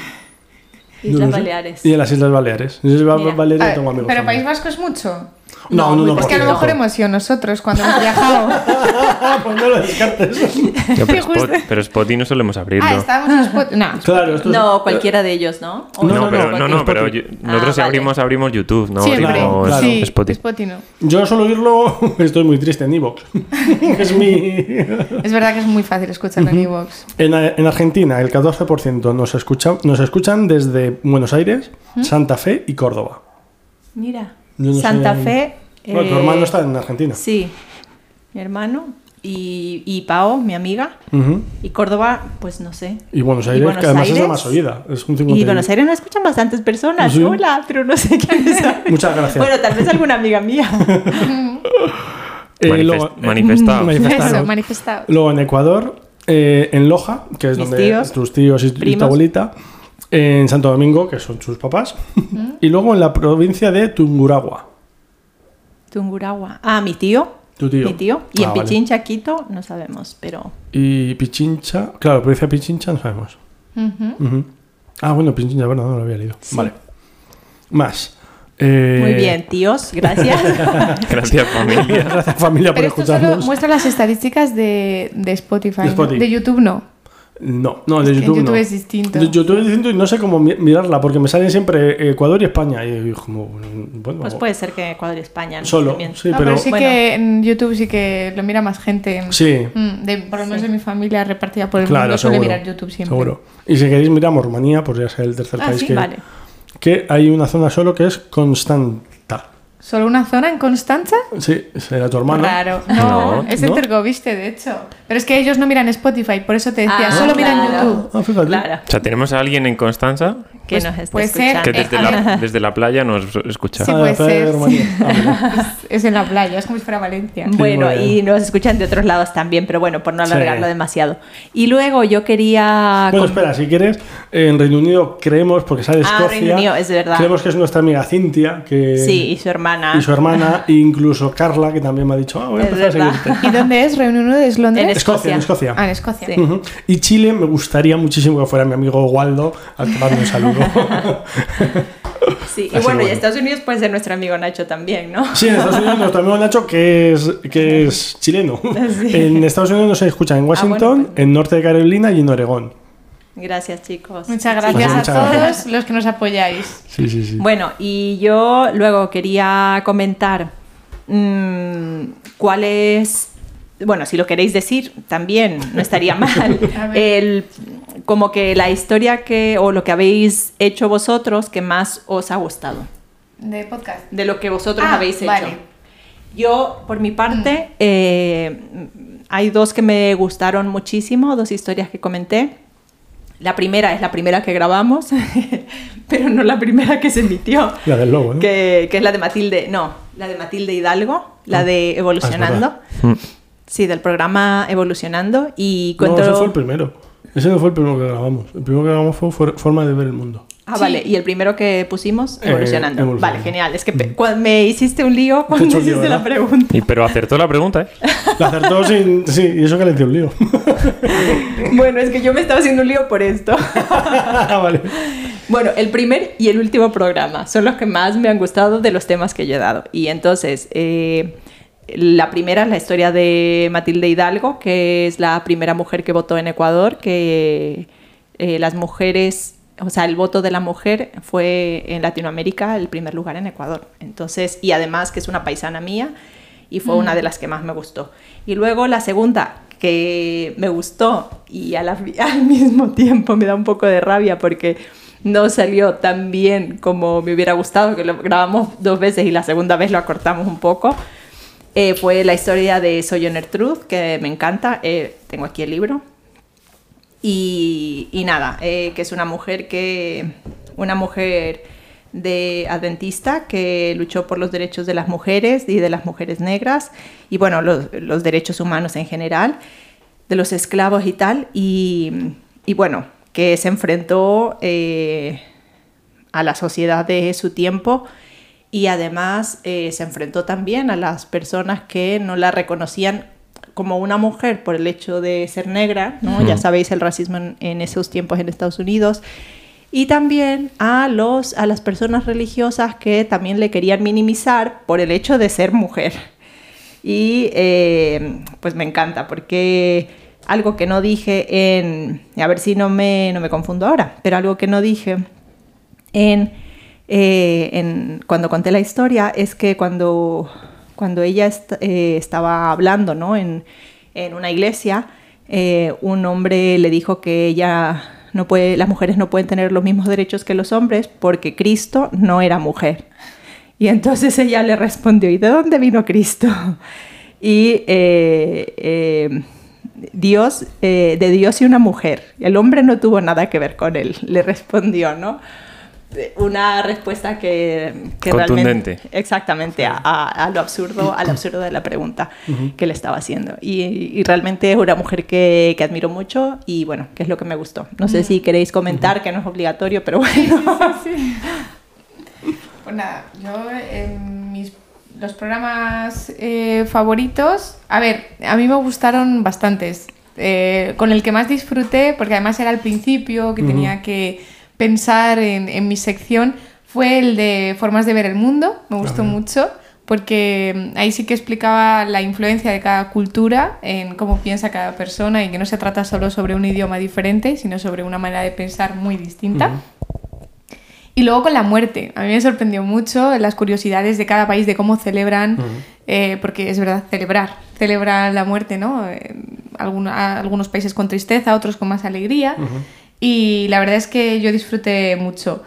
[SPEAKER 3] Islas
[SPEAKER 1] Yo no sé.
[SPEAKER 3] Baleares.
[SPEAKER 1] Y en las Islas Baleares. En las Islas
[SPEAKER 3] Mira,
[SPEAKER 1] Baleares
[SPEAKER 2] Ah,
[SPEAKER 1] tengo amigos.
[SPEAKER 2] pero País
[SPEAKER 1] también.
[SPEAKER 2] Vasco es mucho.
[SPEAKER 1] No, no, no.
[SPEAKER 2] es que a lo
[SPEAKER 1] porque-
[SPEAKER 2] mejor hemos sido nosotros cuando hemos viajado.
[SPEAKER 1] Ah, pues no lo descartes.
[SPEAKER 4] Ya, pero,
[SPEAKER 2] justo.
[SPEAKER 4] Spot- pero Spotify no solemos abrirlo.
[SPEAKER 2] ah, estábamos en Spot. No,
[SPEAKER 1] Claro, esto es-
[SPEAKER 3] No, cualquiera de ellos, ¿no? O-
[SPEAKER 4] No,
[SPEAKER 1] No, no,
[SPEAKER 4] pero,
[SPEAKER 1] no,
[SPEAKER 4] no, no, pero
[SPEAKER 1] Spotify.
[SPEAKER 4] yo- nosotros si
[SPEAKER 3] Ah, vale.
[SPEAKER 4] abrimos, abrimos YouTube, no
[SPEAKER 2] siempre.
[SPEAKER 4] abrimos
[SPEAKER 1] claro.
[SPEAKER 2] Sí,
[SPEAKER 4] Spotify.
[SPEAKER 2] Spotify no.
[SPEAKER 1] Yo solo oírlo estoy muy triste en Evox. es mi.
[SPEAKER 2] Es verdad que es muy fácil escucharlo en Evox.
[SPEAKER 1] En, en Argentina, el 14% nos, escucha, nos escuchan desde Buenos Aires,
[SPEAKER 3] ¿Mm?
[SPEAKER 1] Santa Fe y Córdoba.
[SPEAKER 3] Mira,
[SPEAKER 1] Yo no
[SPEAKER 3] Santa
[SPEAKER 1] sé-
[SPEAKER 3] Fe.
[SPEAKER 1] Bueno, tu
[SPEAKER 3] eh,
[SPEAKER 1] hermano está en Argentina.
[SPEAKER 3] Sí, mi hermano y, y Pao, mi amiga.
[SPEAKER 1] Ujú.
[SPEAKER 3] Y Córdoba, pues no sé.
[SPEAKER 1] Y Buenos
[SPEAKER 3] Y
[SPEAKER 1] Aires,
[SPEAKER 3] Buenos
[SPEAKER 1] que además es la
[SPEAKER 3] Aires.
[SPEAKER 1] más oída. Es un 50
[SPEAKER 3] Y Buenos Aires no escuchan bastantes personas.
[SPEAKER 1] ¿Ah, Sí.
[SPEAKER 3] Hola, pero no sé quién es.
[SPEAKER 1] Muchas gracias.
[SPEAKER 3] Bueno, tal vez alguna amiga mía.
[SPEAKER 1] Eh,
[SPEAKER 4] Manifest-
[SPEAKER 1] luego-
[SPEAKER 4] manifestado.
[SPEAKER 1] Manifestado.
[SPEAKER 2] Eso, manifestado.
[SPEAKER 1] Luego en Ecuador, eh, en Loja, que es
[SPEAKER 3] Mis
[SPEAKER 1] donde
[SPEAKER 3] tíos,
[SPEAKER 1] tus tíos y, tu- y tu
[SPEAKER 3] primos.
[SPEAKER 1] abuelita, en Santo Domingo, que son sus papás, y luego en la provincia de Tunguragua.
[SPEAKER 3] Tungurahua. Ah, mi tío.
[SPEAKER 1] Tu tío.
[SPEAKER 3] Mi tío.
[SPEAKER 1] Ah,
[SPEAKER 3] Y en
[SPEAKER 1] vale.
[SPEAKER 3] Pichincha, Quito, no sabemos, pero.
[SPEAKER 1] Y Pichincha, claro, provincia de Pichincha no sabemos.
[SPEAKER 2] Ujú.
[SPEAKER 1] Ujú. Ah, bueno, Pichincha, bueno, no lo había leído.
[SPEAKER 3] Sí.
[SPEAKER 1] Vale. Más. Eh,
[SPEAKER 3] Muy bien, tíos, gracias.
[SPEAKER 4] Gracias, familia.
[SPEAKER 1] Gracias familia por
[SPEAKER 2] Pero esto solo
[SPEAKER 1] escucharnos.
[SPEAKER 2] muestra las estadísticas de, de Spotify.
[SPEAKER 1] De
[SPEAKER 2] ¿no?
[SPEAKER 1] Spotify.
[SPEAKER 2] De YouTube no.
[SPEAKER 1] No, no,
[SPEAKER 2] Es
[SPEAKER 1] de
[SPEAKER 2] que
[SPEAKER 1] YouTube,
[SPEAKER 2] YouTube
[SPEAKER 1] no.
[SPEAKER 2] es distinto.
[SPEAKER 1] De YouTube es distinto y no sé cómo mi- mirarla porque me salen siempre Ecuador y España. Y yo como, bueno,
[SPEAKER 3] pues puede ser que Ecuador y España. ¿no?
[SPEAKER 1] Solo,
[SPEAKER 3] También.
[SPEAKER 1] sí.
[SPEAKER 2] No, Ah, pero,
[SPEAKER 1] pero-
[SPEAKER 2] sí
[SPEAKER 3] Bueno.
[SPEAKER 2] que en YouTube sí que lo mira más gente.
[SPEAKER 1] Sí,
[SPEAKER 2] Mm, de- por lo menos de mi familia repartida por el
[SPEAKER 1] claro,
[SPEAKER 2] mundo suele
[SPEAKER 1] seguro.
[SPEAKER 2] mirar YouTube siempre.
[SPEAKER 1] Seguro. Y si queréis miramos Rumanía, podría ser el tercer
[SPEAKER 3] Ah,
[SPEAKER 1] país
[SPEAKER 3] sí,
[SPEAKER 1] que,
[SPEAKER 3] vale.
[SPEAKER 1] que hay una zona solo que es Constanta.
[SPEAKER 2] ¿Solo una zona en Constanza?
[SPEAKER 1] Sí, será tu hermano.
[SPEAKER 2] Claro, no,
[SPEAKER 4] No.
[SPEAKER 2] es
[SPEAKER 1] ¿No?
[SPEAKER 2] en Tergoviste, de hecho. Pero es que ellos no miran Spotify, por eso te decía,
[SPEAKER 3] Ah,
[SPEAKER 2] solo miran
[SPEAKER 3] claro.
[SPEAKER 2] YouTube.
[SPEAKER 1] Ah, fíjate.
[SPEAKER 3] Claro,
[SPEAKER 4] O sea, tenemos a alguien en Constanza
[SPEAKER 3] que
[SPEAKER 2] Pues
[SPEAKER 3] nos ah, está
[SPEAKER 2] puede ser
[SPEAKER 3] escuchando.
[SPEAKER 4] que
[SPEAKER 2] Eh,
[SPEAKER 4] desde,
[SPEAKER 2] a
[SPEAKER 4] la,
[SPEAKER 2] ver.
[SPEAKER 4] desde la playa nos escucha.
[SPEAKER 2] Sí,
[SPEAKER 1] Ah,
[SPEAKER 2] puede
[SPEAKER 1] la playa de
[SPEAKER 2] ser,
[SPEAKER 1] Rumanía. Ah, mira.
[SPEAKER 2] Es, es en la playa, es como si fuera Valencia.
[SPEAKER 3] Bueno,
[SPEAKER 1] muy bien.
[SPEAKER 3] y nos escuchan de otros lados también, pero bueno, por no
[SPEAKER 1] Sí.
[SPEAKER 3] alargarlo demasiado. Y luego yo quería.
[SPEAKER 1] Bueno,
[SPEAKER 3] com-
[SPEAKER 1] espera, si quieres, en Reino Unido creemos, porque sale
[SPEAKER 3] Ah,
[SPEAKER 1] Escocia.
[SPEAKER 3] Reino Unido, es verdad.
[SPEAKER 1] Creemos que es nuestra amiga Cintia, que.
[SPEAKER 3] Sí, y su hermana.
[SPEAKER 1] eh, y su hermana, e incluso Carla, que también me ha dicho, ah, voy a
[SPEAKER 3] Es
[SPEAKER 1] empezar a
[SPEAKER 3] verdad.
[SPEAKER 1] seguirte.
[SPEAKER 2] ¿Y dónde es? ¿Reino Unido? ¿Es Londres?
[SPEAKER 3] En
[SPEAKER 1] Escocia, en Escocia.
[SPEAKER 2] Ah, en Escocia.
[SPEAKER 3] Sí.
[SPEAKER 1] Ujú. Y Chile, me gustaría muchísimo que fuera mi amigo Waldo, al que mando un saludo.
[SPEAKER 3] Sí, y
[SPEAKER 1] Así
[SPEAKER 3] bueno,
[SPEAKER 1] bueno.
[SPEAKER 3] y Estados Unidos puede ser nuestro amigo Nacho también, ¿no?
[SPEAKER 1] sí, en Estados Unidos nuestro amigo Nacho, que es, que es chileno.
[SPEAKER 3] Sí.
[SPEAKER 1] En Estados Unidos nos escuchan en Washington,
[SPEAKER 3] bueno, pues.
[SPEAKER 1] en Norte de Carolina y en Oregón.
[SPEAKER 3] Gracias, chicos.
[SPEAKER 2] Muchas
[SPEAKER 1] Pues
[SPEAKER 2] gracias
[SPEAKER 1] muchas
[SPEAKER 2] a todos
[SPEAKER 1] gracias.
[SPEAKER 2] los que nos apoyáis.
[SPEAKER 1] Sí, sí, sí.
[SPEAKER 3] Bueno, y yo luego quería comentar mm, cuál es, bueno, si lo queréis decir también, no estaría mal,
[SPEAKER 2] A ver.
[SPEAKER 3] el, como que la historia que, o lo que habéis hecho vosotros que más os ha gustado,
[SPEAKER 2] De podcast.
[SPEAKER 3] de lo que vosotros
[SPEAKER 2] Ah,
[SPEAKER 3] habéis hecho.
[SPEAKER 2] vale.
[SPEAKER 3] Yo, por mi parte, eh, hay dos que me gustaron muchísimo, dos historias que comenté. La primera es la primera que grabamos, pero no la primera que se emitió
[SPEAKER 1] La del lobo, ¿no?
[SPEAKER 3] que, que es la de Matilde, no, la de Matilde Hidalgo,
[SPEAKER 1] Ah.
[SPEAKER 3] la de Evolucionando.
[SPEAKER 4] Mm.
[SPEAKER 3] Sí, del programa Evolucionando. Y
[SPEAKER 1] No,
[SPEAKER 3] cuento...
[SPEAKER 1] ese fue el primero. Ese no fue el primero que grabamos. El primero que grabamos fue For- Forma de ver el mundo.
[SPEAKER 3] Ah, vale, y el primero que pusimos,
[SPEAKER 1] Eh,
[SPEAKER 3] Evolucionando.
[SPEAKER 1] Evolucionando.
[SPEAKER 3] Vale, genial. Es que pe- cua- me hiciste un lío
[SPEAKER 1] he hecho
[SPEAKER 3] cuando
[SPEAKER 1] un lío,
[SPEAKER 3] hiciste la
[SPEAKER 1] ¿verdad?
[SPEAKER 3] pregunta.
[SPEAKER 4] Y, pero acertó la pregunta, ¿eh?
[SPEAKER 1] La acertó sin. Sí, y eso que le hice un lío.
[SPEAKER 3] Bueno, es que yo me estaba haciendo un lío por esto.
[SPEAKER 1] Ah, vale.
[SPEAKER 3] Bueno, el primer y el último programa son los que más me han gustado de los temas que yo he dado. Y entonces, eh, la primera es la historia de Matilde Hidalgo, que es la primera mujer que votó en Ecuador, que eh, las mujeres, o sea, el voto de la mujer fue en Latinoamérica el primer lugar en Ecuador. Entonces, y además que es una paisana mía. y fue una de las que más me gustó. Y luego la segunda que me gustó y a la- al mismo tiempo me da un poco de rabia porque no salió tan bien como me hubiera gustado, que lo grabamos dos veces y la segunda vez lo acortamos un poco. Eh, fue la historia de Sojourner Truth, que me encanta. Eh, tengo aquí el libro. Y, y nada, eh, que es una mujer que. Una mujer de adventista que luchó por los derechos de las mujeres y de las mujeres negras y bueno, los, los derechos humanos en general, de los esclavos y tal. Y, y bueno, que se enfrentó eh, a la sociedad de su tiempo y además eh, se enfrentó también a las personas que no la reconocían como una mujer por el hecho de ser negra, ¿no? ya sabéis el racismo en, en esos tiempos en Estados Unidos, y también a, los, a las personas religiosas que también le querían minimizar por el hecho de ser mujer. Y eh, pues me encanta, porque algo que no dije en, a ver si no me, no me confundo ahora, pero algo que no dije en, eh, en- cuando conté la historia es que cuando, cuando ella est- eh, estaba hablando ¿no? en, en una iglesia, eh, un hombre le dijo que ella no puede, las mujeres no pueden tener los mismos derechos que los hombres porque Cristo no era mujer. Y entonces ella le respondió, ¿y de dónde vino Cristo? Y eh, eh, Dios, eh, de Dios y una mujer. El hombre no tuvo nada que ver con él, le respondió, ¿no? Una respuesta que, que
[SPEAKER 4] Contundente.
[SPEAKER 3] realmente... Exactamente, a, a- a lo absurdo, al absurdo de la pregunta que le estaba haciendo. Y, y realmente es una mujer que, que admiro mucho y bueno, que es lo que me gustó. No sé si queréis comentar, que no es obligatorio, pero bueno.
[SPEAKER 2] sí. Pues nada, yo en mis los programas eh, favoritos, a ver, a mí me gustaron bastantes. Eh, con el que más disfruté, porque además era al principio que tenía que pensar en, en mi sección, fue el de formas de ver el mundo. Me gustó mucho porque mm, ahí sí que explicaba la influencia de cada cultura en cómo piensa cada persona y que no se trata solo sobre un idioma diferente, sino sobre una manera de pensar muy distinta. Y luego con la muerte. A mí me sorprendió mucho las curiosidades de cada país, de cómo celebran, eh, porque es verdad, celebrar, celebrar la muerte, ¿no? Eh, algún- a- algunos países con tristeza, otros con más alegría. Y la verdad es que yo disfruté mucho.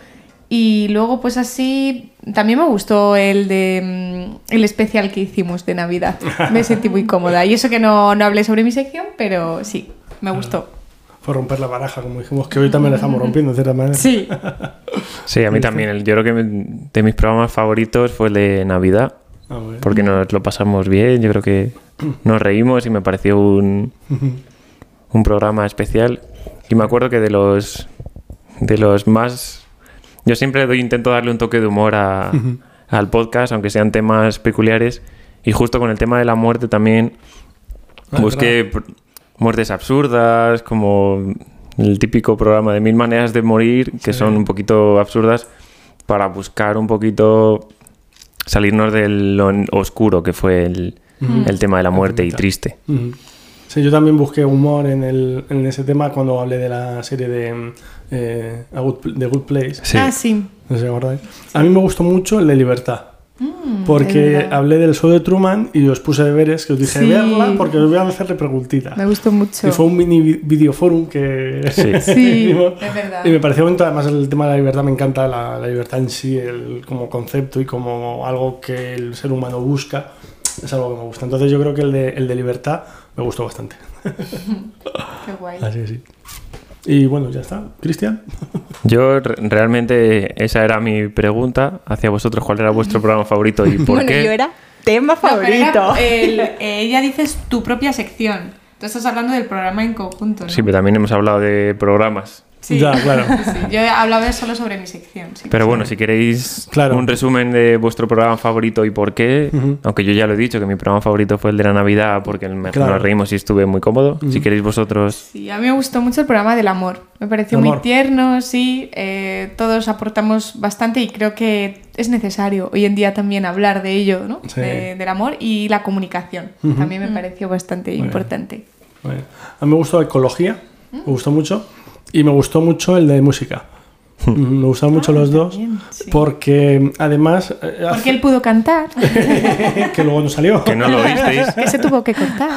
[SPEAKER 2] Y luego, pues así, también me gustó el de mm, el especial que hicimos de Navidad. Me sentí muy cómoda. Y eso que no, no hablé sobre mi sección, pero sí, me gustó.
[SPEAKER 1] Por romper la baraja, como dijimos, que hoy también la estamos rompiendo, de cierta manera.
[SPEAKER 2] Sí.
[SPEAKER 4] Sí, a mí también. El- Yo creo que mi- de mis programas favoritos fue el de Navidad.
[SPEAKER 1] Ah, bueno.
[SPEAKER 4] Porque nos lo pasamos bien, yo creo que nos reímos y me pareció un, un programa especial. Y me acuerdo que de los, de los más... Yo siempre doy, intento darle un toque de humor a- al podcast, aunque sean temas peculiares. Y justo con el tema de la muerte también
[SPEAKER 1] Ah,
[SPEAKER 4] busqué pr- muertes absurdas, como el típico programa de mil maneras de morir, que son un poquito absurdas, para buscar un poquito salirnos de lo en- oscuro que fue el, el tema de la muerte y triste.
[SPEAKER 3] Mm.
[SPEAKER 1] Ujú. Sí, yo también busqué humor en, el, en ese tema cuando hablé de la serie de mm, eh, A Good, Pl- The Good Place.
[SPEAKER 4] Sí.
[SPEAKER 2] Ah, sí.
[SPEAKER 1] No sé si acordáis. A mí me gustó mucho el de Libertad.
[SPEAKER 2] Mm, es
[SPEAKER 1] Porque
[SPEAKER 2] verdad.
[SPEAKER 1] hablé del show de Truman y os puse deberes que os dije
[SPEAKER 2] Sí.
[SPEAKER 1] verla porque os voy a hacerle preguntita.
[SPEAKER 2] Me gustó mucho.
[SPEAKER 1] Y fue un mini vi- videoforum que
[SPEAKER 4] Sí.
[SPEAKER 2] Sí,
[SPEAKER 1] hicimos.
[SPEAKER 2] es verdad.
[SPEAKER 1] Y me pareció bonito, además el tema de la libertad, me encanta la, la libertad en sí, el, como concepto y como algo que el ser humano busca, es algo que me gusta. Entonces yo creo que el de, el de libertad me gustó bastante.
[SPEAKER 2] Qué guay.
[SPEAKER 1] Así que sí. Y bueno, ya está. Cristian.
[SPEAKER 4] Yo re- realmente esa era mi pregunta hacia vosotros, ¿cuál era vuestro programa favorito y por
[SPEAKER 3] bueno,
[SPEAKER 4] qué?
[SPEAKER 3] yo era tema
[SPEAKER 2] No, pero era
[SPEAKER 3] favorito.
[SPEAKER 2] el- eh, ella dices tu propia sección. Tú estás hablando del programa en conjunto, ¿no?
[SPEAKER 4] Sí, pero también hemos hablado de programas.
[SPEAKER 2] Sí.
[SPEAKER 1] Ya, claro.
[SPEAKER 2] Sí, yo he hablado solo sobre mi sección. sí.
[SPEAKER 4] Pero bueno, si queréis
[SPEAKER 1] Claro.
[SPEAKER 4] un resumen de vuestro programa favorito y por qué, aunque yo ya lo he dicho que mi programa favorito fue el de la Navidad porque el-
[SPEAKER 1] Claro.
[SPEAKER 4] nos reímos y estuve muy cómodo. Si queréis vosotros,
[SPEAKER 2] Sí, a mí me gustó mucho el programa del amor. Me pareció
[SPEAKER 1] El
[SPEAKER 2] muy
[SPEAKER 1] amor.
[SPEAKER 2] tierno, sí. eh, todos aportamos bastante y creo que es necesario hoy en día también hablar de ello, ¿no?
[SPEAKER 1] Sí.
[SPEAKER 2] De- del amor y la comunicación. También me pareció bastante importante.
[SPEAKER 1] Bueno, a mí me gustó ecología, me gustó mucho. Y me gustó mucho el de música.
[SPEAKER 4] Hmm.
[SPEAKER 1] Mm, Me gustan mucho
[SPEAKER 2] Ah,
[SPEAKER 1] los dos.
[SPEAKER 2] también, sí.
[SPEAKER 1] Porque mm, además. eh,
[SPEAKER 2] Porque él pudo cantar,
[SPEAKER 1] que luego no salió.
[SPEAKER 4] Que no lo oísteis.
[SPEAKER 2] que se tuvo que cortar.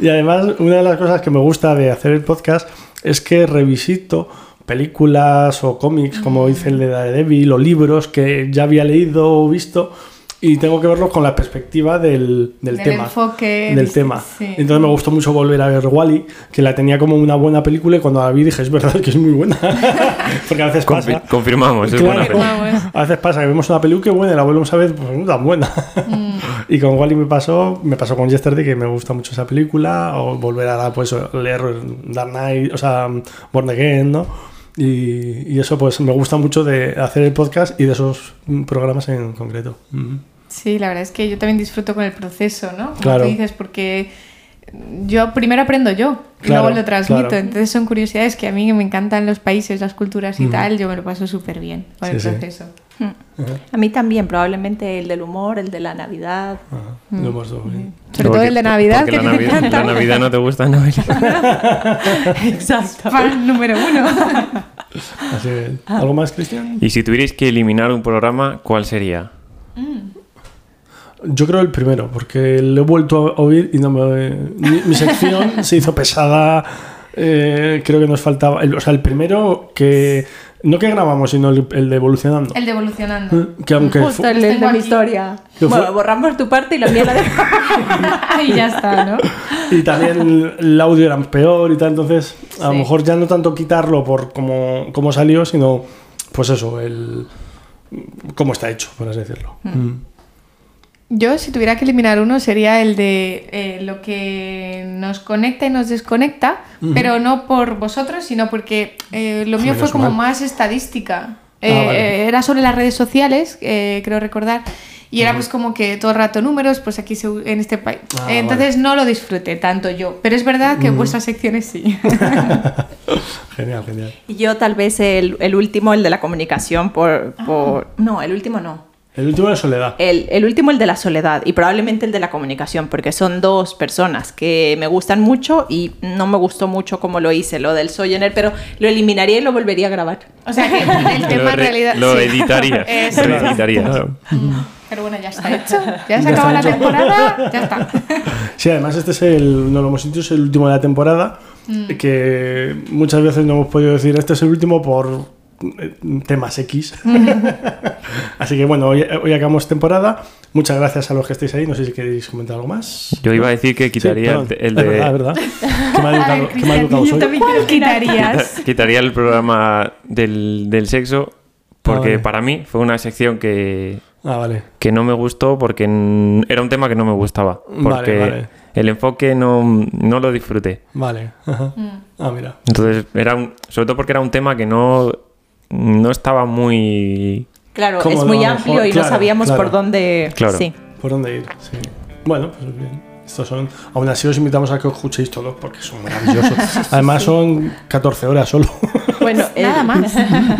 [SPEAKER 1] Y además, una de las cosas que me gusta de hacer el podcast es que revisito películas o cómics,
[SPEAKER 2] Ah.
[SPEAKER 1] como hice el de Daredevil, o libros que ya había leído o visto, y tengo que verlos con la perspectiva del, del
[SPEAKER 2] Del
[SPEAKER 1] tema.
[SPEAKER 2] enfoque
[SPEAKER 1] del
[SPEAKER 2] dist-
[SPEAKER 1] tema.
[SPEAKER 2] Eh, sí.
[SPEAKER 1] Entonces me gustó mucho volver a ver Wally, que la tenía como una buena película, y cuando la vi dije, es verdad que es muy buena. Porque a veces
[SPEAKER 4] Confi-
[SPEAKER 1] pasa.
[SPEAKER 4] confirmamos, es
[SPEAKER 1] Claro.
[SPEAKER 4] buena peli.
[SPEAKER 2] Vamos.
[SPEAKER 1] A veces pasa que vemos una película buena y la volvemos a ver, pues no tan buena.
[SPEAKER 2] Mm.
[SPEAKER 1] Y con Wally me pasó, me pasó con Yesterday, que me gusta mucho esa película, o volver a pues, leer Dark Knight, o sea, Born Again, ¿no? Y, y eso, pues me gusta mucho de hacer el podcast y de esos mm, programas en concreto. Ujú.
[SPEAKER 2] Sí, la verdad es que yo también disfruto con el proceso, ¿no? Como
[SPEAKER 1] Claro.
[SPEAKER 2] tú dices, porque yo primero aprendo yo y
[SPEAKER 1] Claro,
[SPEAKER 2] luego lo transmito.
[SPEAKER 1] claro.
[SPEAKER 2] Entonces son curiosidades que a mí me encantan los países, las culturas y tal. Yo me lo paso súper bien con el
[SPEAKER 1] Sí, sí.
[SPEAKER 2] proceso. Mm.
[SPEAKER 3] A mí también, probablemente el del humor, el de la Navidad.
[SPEAKER 1] Ajá, lo hemos dado bien.
[SPEAKER 2] Sobre todo
[SPEAKER 4] Porque-
[SPEAKER 2] el de Navidad, que
[SPEAKER 4] porque
[SPEAKER 2] a
[SPEAKER 4] la
[SPEAKER 2] ti te
[SPEAKER 4] Navidad,
[SPEAKER 2] encanta.
[SPEAKER 4] la Navidad no te gusta, Noel.
[SPEAKER 3] Exacto.
[SPEAKER 2] Fan número uno.
[SPEAKER 1] Así que,
[SPEAKER 3] Ah.
[SPEAKER 1] ¿Algo más, Cristian?
[SPEAKER 4] Y si tuvierais que eliminar un programa, ¿cuál sería?
[SPEAKER 1] Yo creo el primero, porque lo he vuelto a oír y no me. Mi, mi sección se hizo pesada. eh, creo que nos faltaba. el- o sea, el primero que. No que grabamos, sino el, el de Evolucionando.
[SPEAKER 2] El de evolucionando.
[SPEAKER 1] Que aunque. fu-
[SPEAKER 3] Eh, Justo el
[SPEAKER 2] Tengo
[SPEAKER 3] el de
[SPEAKER 2] aquí.
[SPEAKER 3] mi historia.
[SPEAKER 1] Que fue-
[SPEAKER 3] Bueno, borramos tu parte y la mía la dejamos.
[SPEAKER 2] y ya está, ¿no?
[SPEAKER 1] Y también el audio era peor y tal, entonces a lo
[SPEAKER 3] Sí.
[SPEAKER 1] mejor ya no tanto quitarlo por cómo, cómo salió, sino pues eso, el cómo está hecho, por así decirlo. Mm.
[SPEAKER 2] Yo, si tuviera que eliminar uno, sería el de eh, lo que nos conecta y nos desconecta, pero no por vosotros, sino porque eh, lo mío
[SPEAKER 1] Ah, Menos
[SPEAKER 2] fue como
[SPEAKER 1] mal. Ah,
[SPEAKER 2] más estadística. Eh,
[SPEAKER 1] vale.
[SPEAKER 2] eh, Era sobre las redes sociales, eh, creo recordar, y era pues como que todo el rato números, pues aquí se u- en este país.
[SPEAKER 1] Ah,
[SPEAKER 2] Eh, Entonces no lo disfruté tanto yo, pero es verdad que vuestras secciones sí.
[SPEAKER 1] Genial, genial.
[SPEAKER 3] Y yo tal vez el, el último, el de la comunicación por... por... No, el último no.
[SPEAKER 1] El último de Soledad.
[SPEAKER 3] El, el último, el de la soledad, y probablemente el de la comunicación, porque son dos personas que me gustan mucho y no me gustó mucho como lo hice, lo del Sojourner, pero lo eliminaría y lo volvería a grabar.
[SPEAKER 2] o sea que el tema
[SPEAKER 4] lo
[SPEAKER 2] en
[SPEAKER 4] re-
[SPEAKER 2] realidad.
[SPEAKER 4] lo
[SPEAKER 2] sí.
[SPEAKER 4] editarías.
[SPEAKER 2] Eso
[SPEAKER 4] lo
[SPEAKER 2] es.
[SPEAKER 4] editarías.
[SPEAKER 2] Pero bueno, ya está hecho. Ya se
[SPEAKER 1] Ya
[SPEAKER 2] acabó
[SPEAKER 1] está
[SPEAKER 2] la
[SPEAKER 1] hecho.
[SPEAKER 2] temporada, ya está.
[SPEAKER 1] Sí, además este es el, no lo hemos dicho, es el último de la temporada,
[SPEAKER 2] Mm.
[SPEAKER 1] que muchas veces no hemos podido decir, este es el último por eh, temas X. Así que bueno, hoy, hoy acabamos temporada. Muchas gracias a los que estáis ahí. No sé si queréis comentar algo más.
[SPEAKER 4] Yo iba a decir que
[SPEAKER 1] Sí,
[SPEAKER 4] quitaría
[SPEAKER 1] perdón.
[SPEAKER 4] el, el de.
[SPEAKER 1] Es verdad, es verdad. Qué mal
[SPEAKER 2] A
[SPEAKER 1] educado, qué mal
[SPEAKER 2] ver, Cristian,
[SPEAKER 1] educado
[SPEAKER 2] yo
[SPEAKER 1] soy.
[SPEAKER 2] también quiero quitarías.
[SPEAKER 4] Quita- Quitaría el programa del, del sexo porque
[SPEAKER 1] vale.
[SPEAKER 4] para mí fue una sección que,
[SPEAKER 1] Ah, vale.
[SPEAKER 4] que no me gustó porque n- era un tema que no me gustaba.
[SPEAKER 1] Vale,
[SPEAKER 4] Porque
[SPEAKER 1] vale.
[SPEAKER 4] el enfoque no, no lo disfruté.
[SPEAKER 1] Vale. ajá.
[SPEAKER 2] Mm.
[SPEAKER 1] Ah, mira.
[SPEAKER 4] Entonces, era un- sobre todo porque era un tema que no, no estaba muy...
[SPEAKER 3] Claro,
[SPEAKER 1] Cómo
[SPEAKER 3] es
[SPEAKER 1] no,
[SPEAKER 3] muy
[SPEAKER 1] mejor,
[SPEAKER 3] amplio y
[SPEAKER 1] claro,
[SPEAKER 3] no sabíamos
[SPEAKER 1] claro.
[SPEAKER 3] por dónde...
[SPEAKER 4] Claro.
[SPEAKER 3] Sí.
[SPEAKER 1] ¿Por dónde ir? Sí. Bueno, pues bien. Estos son. Aún así os invitamos a que os escuchéis todos porque son maravillosos. Además son 14 horas solo.
[SPEAKER 3] Bueno, el-
[SPEAKER 2] Nada más.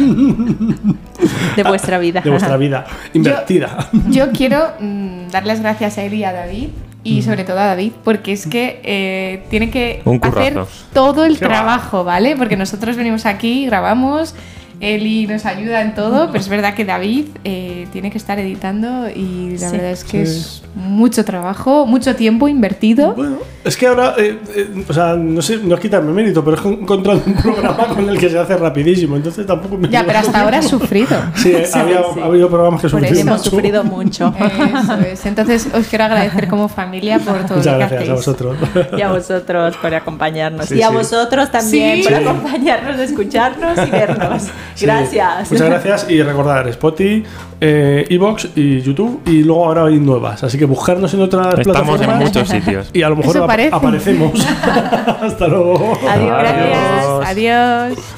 [SPEAKER 3] De vuestra vida.
[SPEAKER 1] de vuestra vida invertida.
[SPEAKER 2] Yo quiero mm, dar las gracias a él y a David.
[SPEAKER 1] Mm.
[SPEAKER 2] Y sobre todo a David, porque es que eh, tiene que
[SPEAKER 4] Un
[SPEAKER 2] hacer
[SPEAKER 4] currazo.
[SPEAKER 2] todo el
[SPEAKER 1] Qué va.
[SPEAKER 2] trabajo, ¿vale? Porque nosotros venimos aquí, grabamos, Eli nos ayuda en todo,
[SPEAKER 1] Mm.
[SPEAKER 2] pero es verdad que David eh, tiene que estar editando y la
[SPEAKER 3] Sí.
[SPEAKER 2] verdad es que
[SPEAKER 1] Sí.
[SPEAKER 2] es mucho trabajo, mucho tiempo invertido.
[SPEAKER 1] Bueno, es que ahora, eh, eh, o sea, no sé, no es quitarme mérito, pero es que he encontrado un programa con el que se hace rapidísimo, entonces tampoco me.
[SPEAKER 2] Ya, pero hasta ahora has sufrido.
[SPEAKER 1] Sí, eh,
[SPEAKER 3] Sí,
[SPEAKER 1] había-
[SPEAKER 3] sí.
[SPEAKER 1] ha habido programas que
[SPEAKER 3] Por eso
[SPEAKER 1] sufrieron
[SPEAKER 3] hemos
[SPEAKER 1] mucho.
[SPEAKER 3] sufrido mucho.
[SPEAKER 2] Eso es. Entonces os quiero agradecer como familia por todo
[SPEAKER 1] Muchas
[SPEAKER 2] lo que
[SPEAKER 1] gracias a
[SPEAKER 2] hacéis.
[SPEAKER 1] vosotros.
[SPEAKER 3] Y a vosotros por acompañarnos.
[SPEAKER 1] Sí,
[SPEAKER 3] y a
[SPEAKER 1] sí.
[SPEAKER 3] vosotros también
[SPEAKER 2] Sí.
[SPEAKER 3] por
[SPEAKER 1] Sí.
[SPEAKER 3] acompañarnos, escucharnos y vernos.
[SPEAKER 1] Sí.
[SPEAKER 3] Gracias.
[SPEAKER 1] Muchas gracias y recordar Spotify, eh, Evox y YouTube y luego ahora hay nuevas, así que buscarnos en otras
[SPEAKER 4] Estamos en
[SPEAKER 1] plataformas
[SPEAKER 4] muchos sitios.
[SPEAKER 1] y a lo mejor
[SPEAKER 2] Eso
[SPEAKER 1] apa-
[SPEAKER 2] parece.
[SPEAKER 1] aparecemos. Hasta luego.
[SPEAKER 3] Adiós.
[SPEAKER 2] Gracias. Adiós.